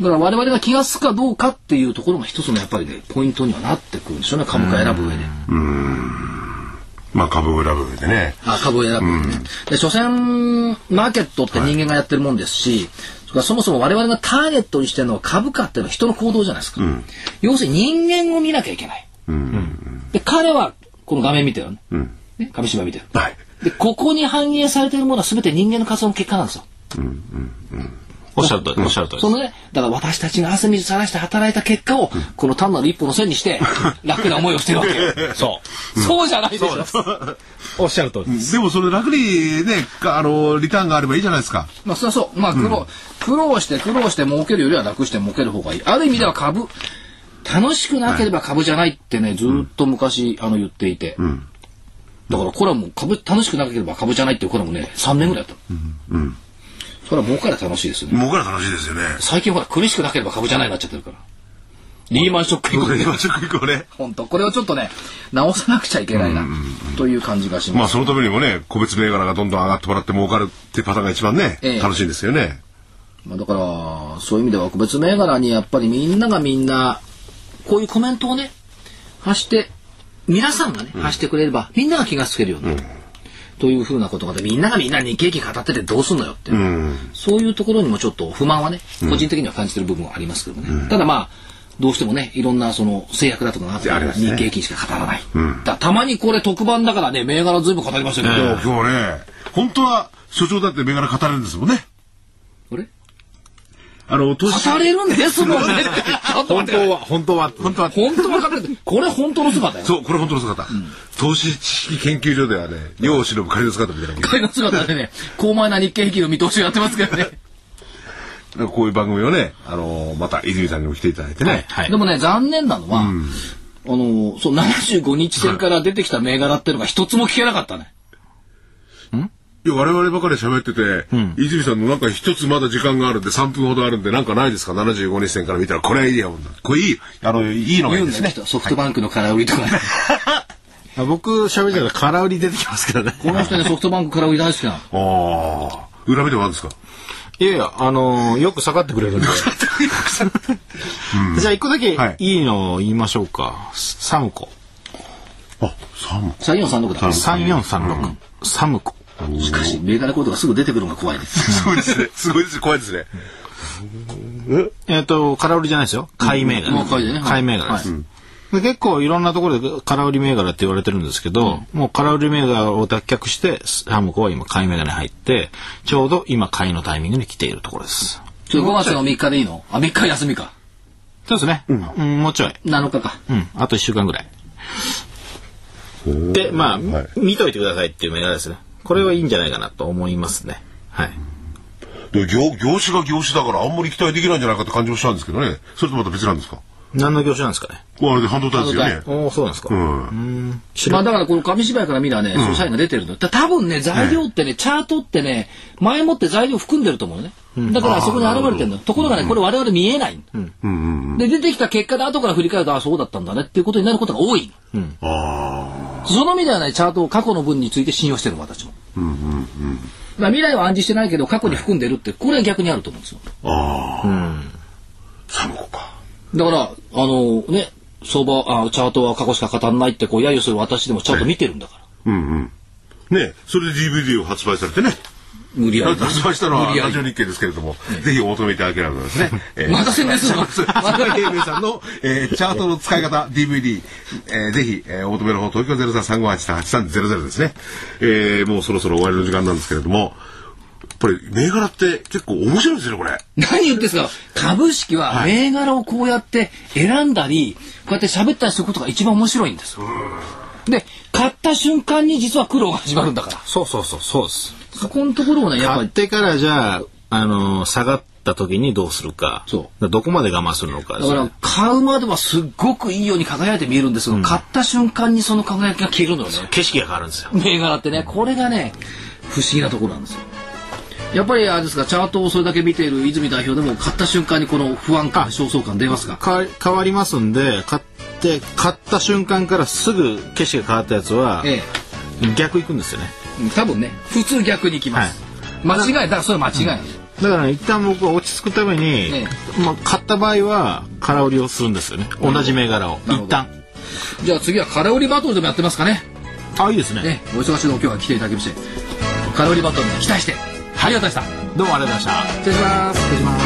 Speaker 1: だから我々が気がつくかどうかっていうところが一つのやっぱりね、ポイントにはなってくるんでしょうね、株価選ぶ上で。
Speaker 4: まあ株を選ぶ上でね。
Speaker 1: あ株を選ぶ、ねで所詮マーケットって人間がやってるもんですし、それからそもそも我々がターゲットにしてるのは株価っていうのは人の行動じゃないですか、要するに人間を見なきゃいけない、で彼はこの画面見てるよね,、ね紙芝居見てる
Speaker 4: はい。
Speaker 1: でここに反映されてるものは全て人間の活動の結果なんですよ
Speaker 3: おっしゃるとおり、おっしゃるとり
Speaker 1: そのねだから私たちが汗水さらして働いた結果を、この単なる一歩の線にして 楽な思いをしてるわけ
Speaker 3: です。そ
Speaker 1: そうじゃないでしょ
Speaker 3: う。おっしゃるとり。
Speaker 4: でもそれ楽にね、かあの、リターンがあればいいじゃないですか。
Speaker 1: まあ、それはそう。まあ、苦労、苦労して苦労して儲けるよりは楽して儲ける方がいい。ある意味では株、楽しくなければ株じゃないってね、ずーっと昔、あの、言っていて。だから、これはもう株、楽しくなければ株じゃないっていうコラムね、3年ぐらいやったの。それは儲から楽しいですよね。
Speaker 4: 僕ら楽しいですよね。
Speaker 1: 最近ほら、苦しくなければ株じゃないになっちゃってるから。リーマンショック以降
Speaker 4: これ、ましょうかこれ。
Speaker 1: 本当これをちょっとね直さなくちゃいけないなという感じがし
Speaker 4: ま
Speaker 1: ま
Speaker 4: あ、
Speaker 1: す、
Speaker 4: そのためにもね、個別銘柄がどんどん上がってもらって儲かるってパターンが一番ね、
Speaker 1: ええ
Speaker 4: 楽しいですよね。
Speaker 1: まあ、だからそういう意味では個別銘柄にやっぱりみんながみんなこういうコメントをね発して皆さんがね発してくれればみんなが気がつけるよね、というふうなことがでみんながみんな日経平均語っててどうすんのよって、
Speaker 4: うん。
Speaker 1: そういうところにもちょっと不満はね、個人的には感じてる部分はありますけどもね。ただまあ、どうしてもね、いろんなその制約だとかがあって、
Speaker 4: ありますね
Speaker 1: 日経平均しか語らない。だからたまにこれ特番だからね、銘柄ずいぶん語りましたけど、
Speaker 4: 今日ね、本当は所長だって銘柄語れるんですもんね。
Speaker 1: あれ
Speaker 4: あの、投
Speaker 1: 語れるんですもん ね。ちょっと
Speaker 3: 本
Speaker 1: 待って
Speaker 3: 当は、本当は、本当は。
Speaker 1: 本当は語れる。これ本当の姿よ。
Speaker 4: そう、これ本当の姿。投資知識研究所ではね、世を忍ぶ仮の姿みたいな。
Speaker 1: これの姿でね、高前な日経平均の見通しをやってますけどね。
Speaker 4: なんかこういう番組をね、あの、また泉さんにも来ていただいてね。
Speaker 3: はい
Speaker 1: でもね、残念なのは、あの、そう、75日線から出てきた銘柄っていうのが一つも聞けなかったね。
Speaker 4: いや、我々ばかり喋ってて、泉さんのなんか一つまだ時間があるんで、3分ほどあるんで、なんかないですか ?75 日線から見たら、これはいいよ。これいい。あの、いいのがい
Speaker 1: 言
Speaker 4: い
Speaker 1: うんだ
Speaker 4: です
Speaker 1: よね
Speaker 4: ね。
Speaker 1: 人ソフトバンクの空売りとかね。
Speaker 3: 僕喋ってたら空売り出てきますけどね。
Speaker 1: この人ね、ソフトバンクから売り大好きなの。
Speaker 4: ああ。裏目でもあるんですか
Speaker 3: いやいや、あのーよく下がってくれるんで。じゃあ一個だけ
Speaker 4: はい
Speaker 3: いいのを言いましょうか。サムコ。
Speaker 4: あ、3。
Speaker 1: 三四三六だ。し
Speaker 3: 3436。サムコ。
Speaker 1: かし、銘柄コードがすぐ出てくるのが怖いです。
Speaker 4: すごいですね。すごいですね。怖いですね。
Speaker 3: えっ、と、空売りじゃないですよ。買い銘柄。
Speaker 1: うんもう買いでねはい
Speaker 3: 買い銘柄です。
Speaker 1: は
Speaker 3: で結構いろんなところで空売り銘柄って言われてるんですけど、もう空売り銘柄を脱却して、サムコは今買い銘柄に入って、ちょうど今買いのタイミングに来ているところです。
Speaker 1: ちょ、5月の3日でいいのあ、3日休みか。
Speaker 3: そうですね。うん、もうちょい。
Speaker 1: 7日か。
Speaker 3: うん、あと1週間ぐらい。で、まあ、
Speaker 4: はい
Speaker 3: 見といてくださいっていう銘柄ですね。これはいいんじゃないかなと思いますね。はい。
Speaker 4: で業業種が業種だからあんまり期待できないんじゃないかって感じもしたんですけどね。それとまた別なんですか
Speaker 3: 何の業種なんですかね。
Speaker 4: これあれで半導体ですよね。
Speaker 3: おお、そうなんですか。
Speaker 4: うん。
Speaker 3: 知
Speaker 1: ま
Speaker 3: ら
Speaker 1: あ
Speaker 3: ん
Speaker 1: だからこの紙芝居から見たらね、その社員が出てるの。た多分ね、材料ってね、チャートってね、前もって材料含んでると思うね。だからそこに現れてるの。ところがね、これ我々見えない。で、出てきた結果で後から振り返ると、あ、そうだったんだねっていうことになることが多い。その意味ではね、チャートを過去の分について信用してるの私も。だから未来は暗示してないけど、過去に含んでるって、これは逆にあると思うんですよ。
Speaker 4: 3個か。
Speaker 1: だから、あのね、相場、あチャートは過去しか語らないって、こう、揶揄する私でもチャート見てるんだから。
Speaker 4: うんうん。ねそれで DVD を発売されてね。
Speaker 1: 無理やり。
Speaker 4: 発売したのは
Speaker 1: 無理や
Speaker 4: ラジオ
Speaker 1: り。
Speaker 4: 日経ですけれども、ぜひお求めいただければと思いますね。えー
Speaker 1: また宣 伝するの
Speaker 4: そうです桜井英明さんの、えーチャートの使い方 DVD、えーぜひ、えーお求めの方、東京0335888300ですね。えーもうそろそろ終わりの時間なんですけれども、やっぱり銘柄って結構面白いですね、これ。
Speaker 1: 何言ってんすか株式は銘柄をこうやって選んだり、こうやって喋ったりすることが一番面白いんですよ。で、買った瞬間に実は苦労が始まるんだから。
Speaker 3: そうそうそう、そうです。
Speaker 1: そこのところをね、やっぱ
Speaker 3: 買っ
Speaker 1: り、
Speaker 3: てからじゃあ、あのー下がった時にどうするか。
Speaker 1: そう
Speaker 3: だからどこまで我慢するのかで
Speaker 1: だ
Speaker 3: す
Speaker 1: か
Speaker 3: ね
Speaker 1: ら買うまではすっごくいいように輝いて見えるんですけど、買った瞬間にその輝きが消えるのよね。
Speaker 3: 景色が変わるんですよ。
Speaker 1: 銘柄ってねこれがね不思議なところなんですよやっぱりあれですかチャートをそれだけ見ている泉代表でも買った瞬間にこの不安感焦燥感出ますか
Speaker 3: か変わりますんで、買って、買った瞬間からすぐ景色が変わったやつは、
Speaker 1: ええ
Speaker 3: 逆行くんですよね。
Speaker 1: 多分ね普通逆にいきます、間違いだからそれは間違いなんです、
Speaker 3: だからね一旦僕は落ち着くために、
Speaker 1: え
Speaker 3: まあ、買った場合は空売りをするんですよね同じ銘柄を
Speaker 1: なるほど
Speaker 3: 一旦
Speaker 1: じゃあ次は空売りバトルでもやってますかね
Speaker 3: あいいですね
Speaker 1: ねお忙しいの今日は来ていただきまして空売りバトルに期待してありがとうございました
Speaker 3: どうもありがとうございました
Speaker 1: 失礼します失礼します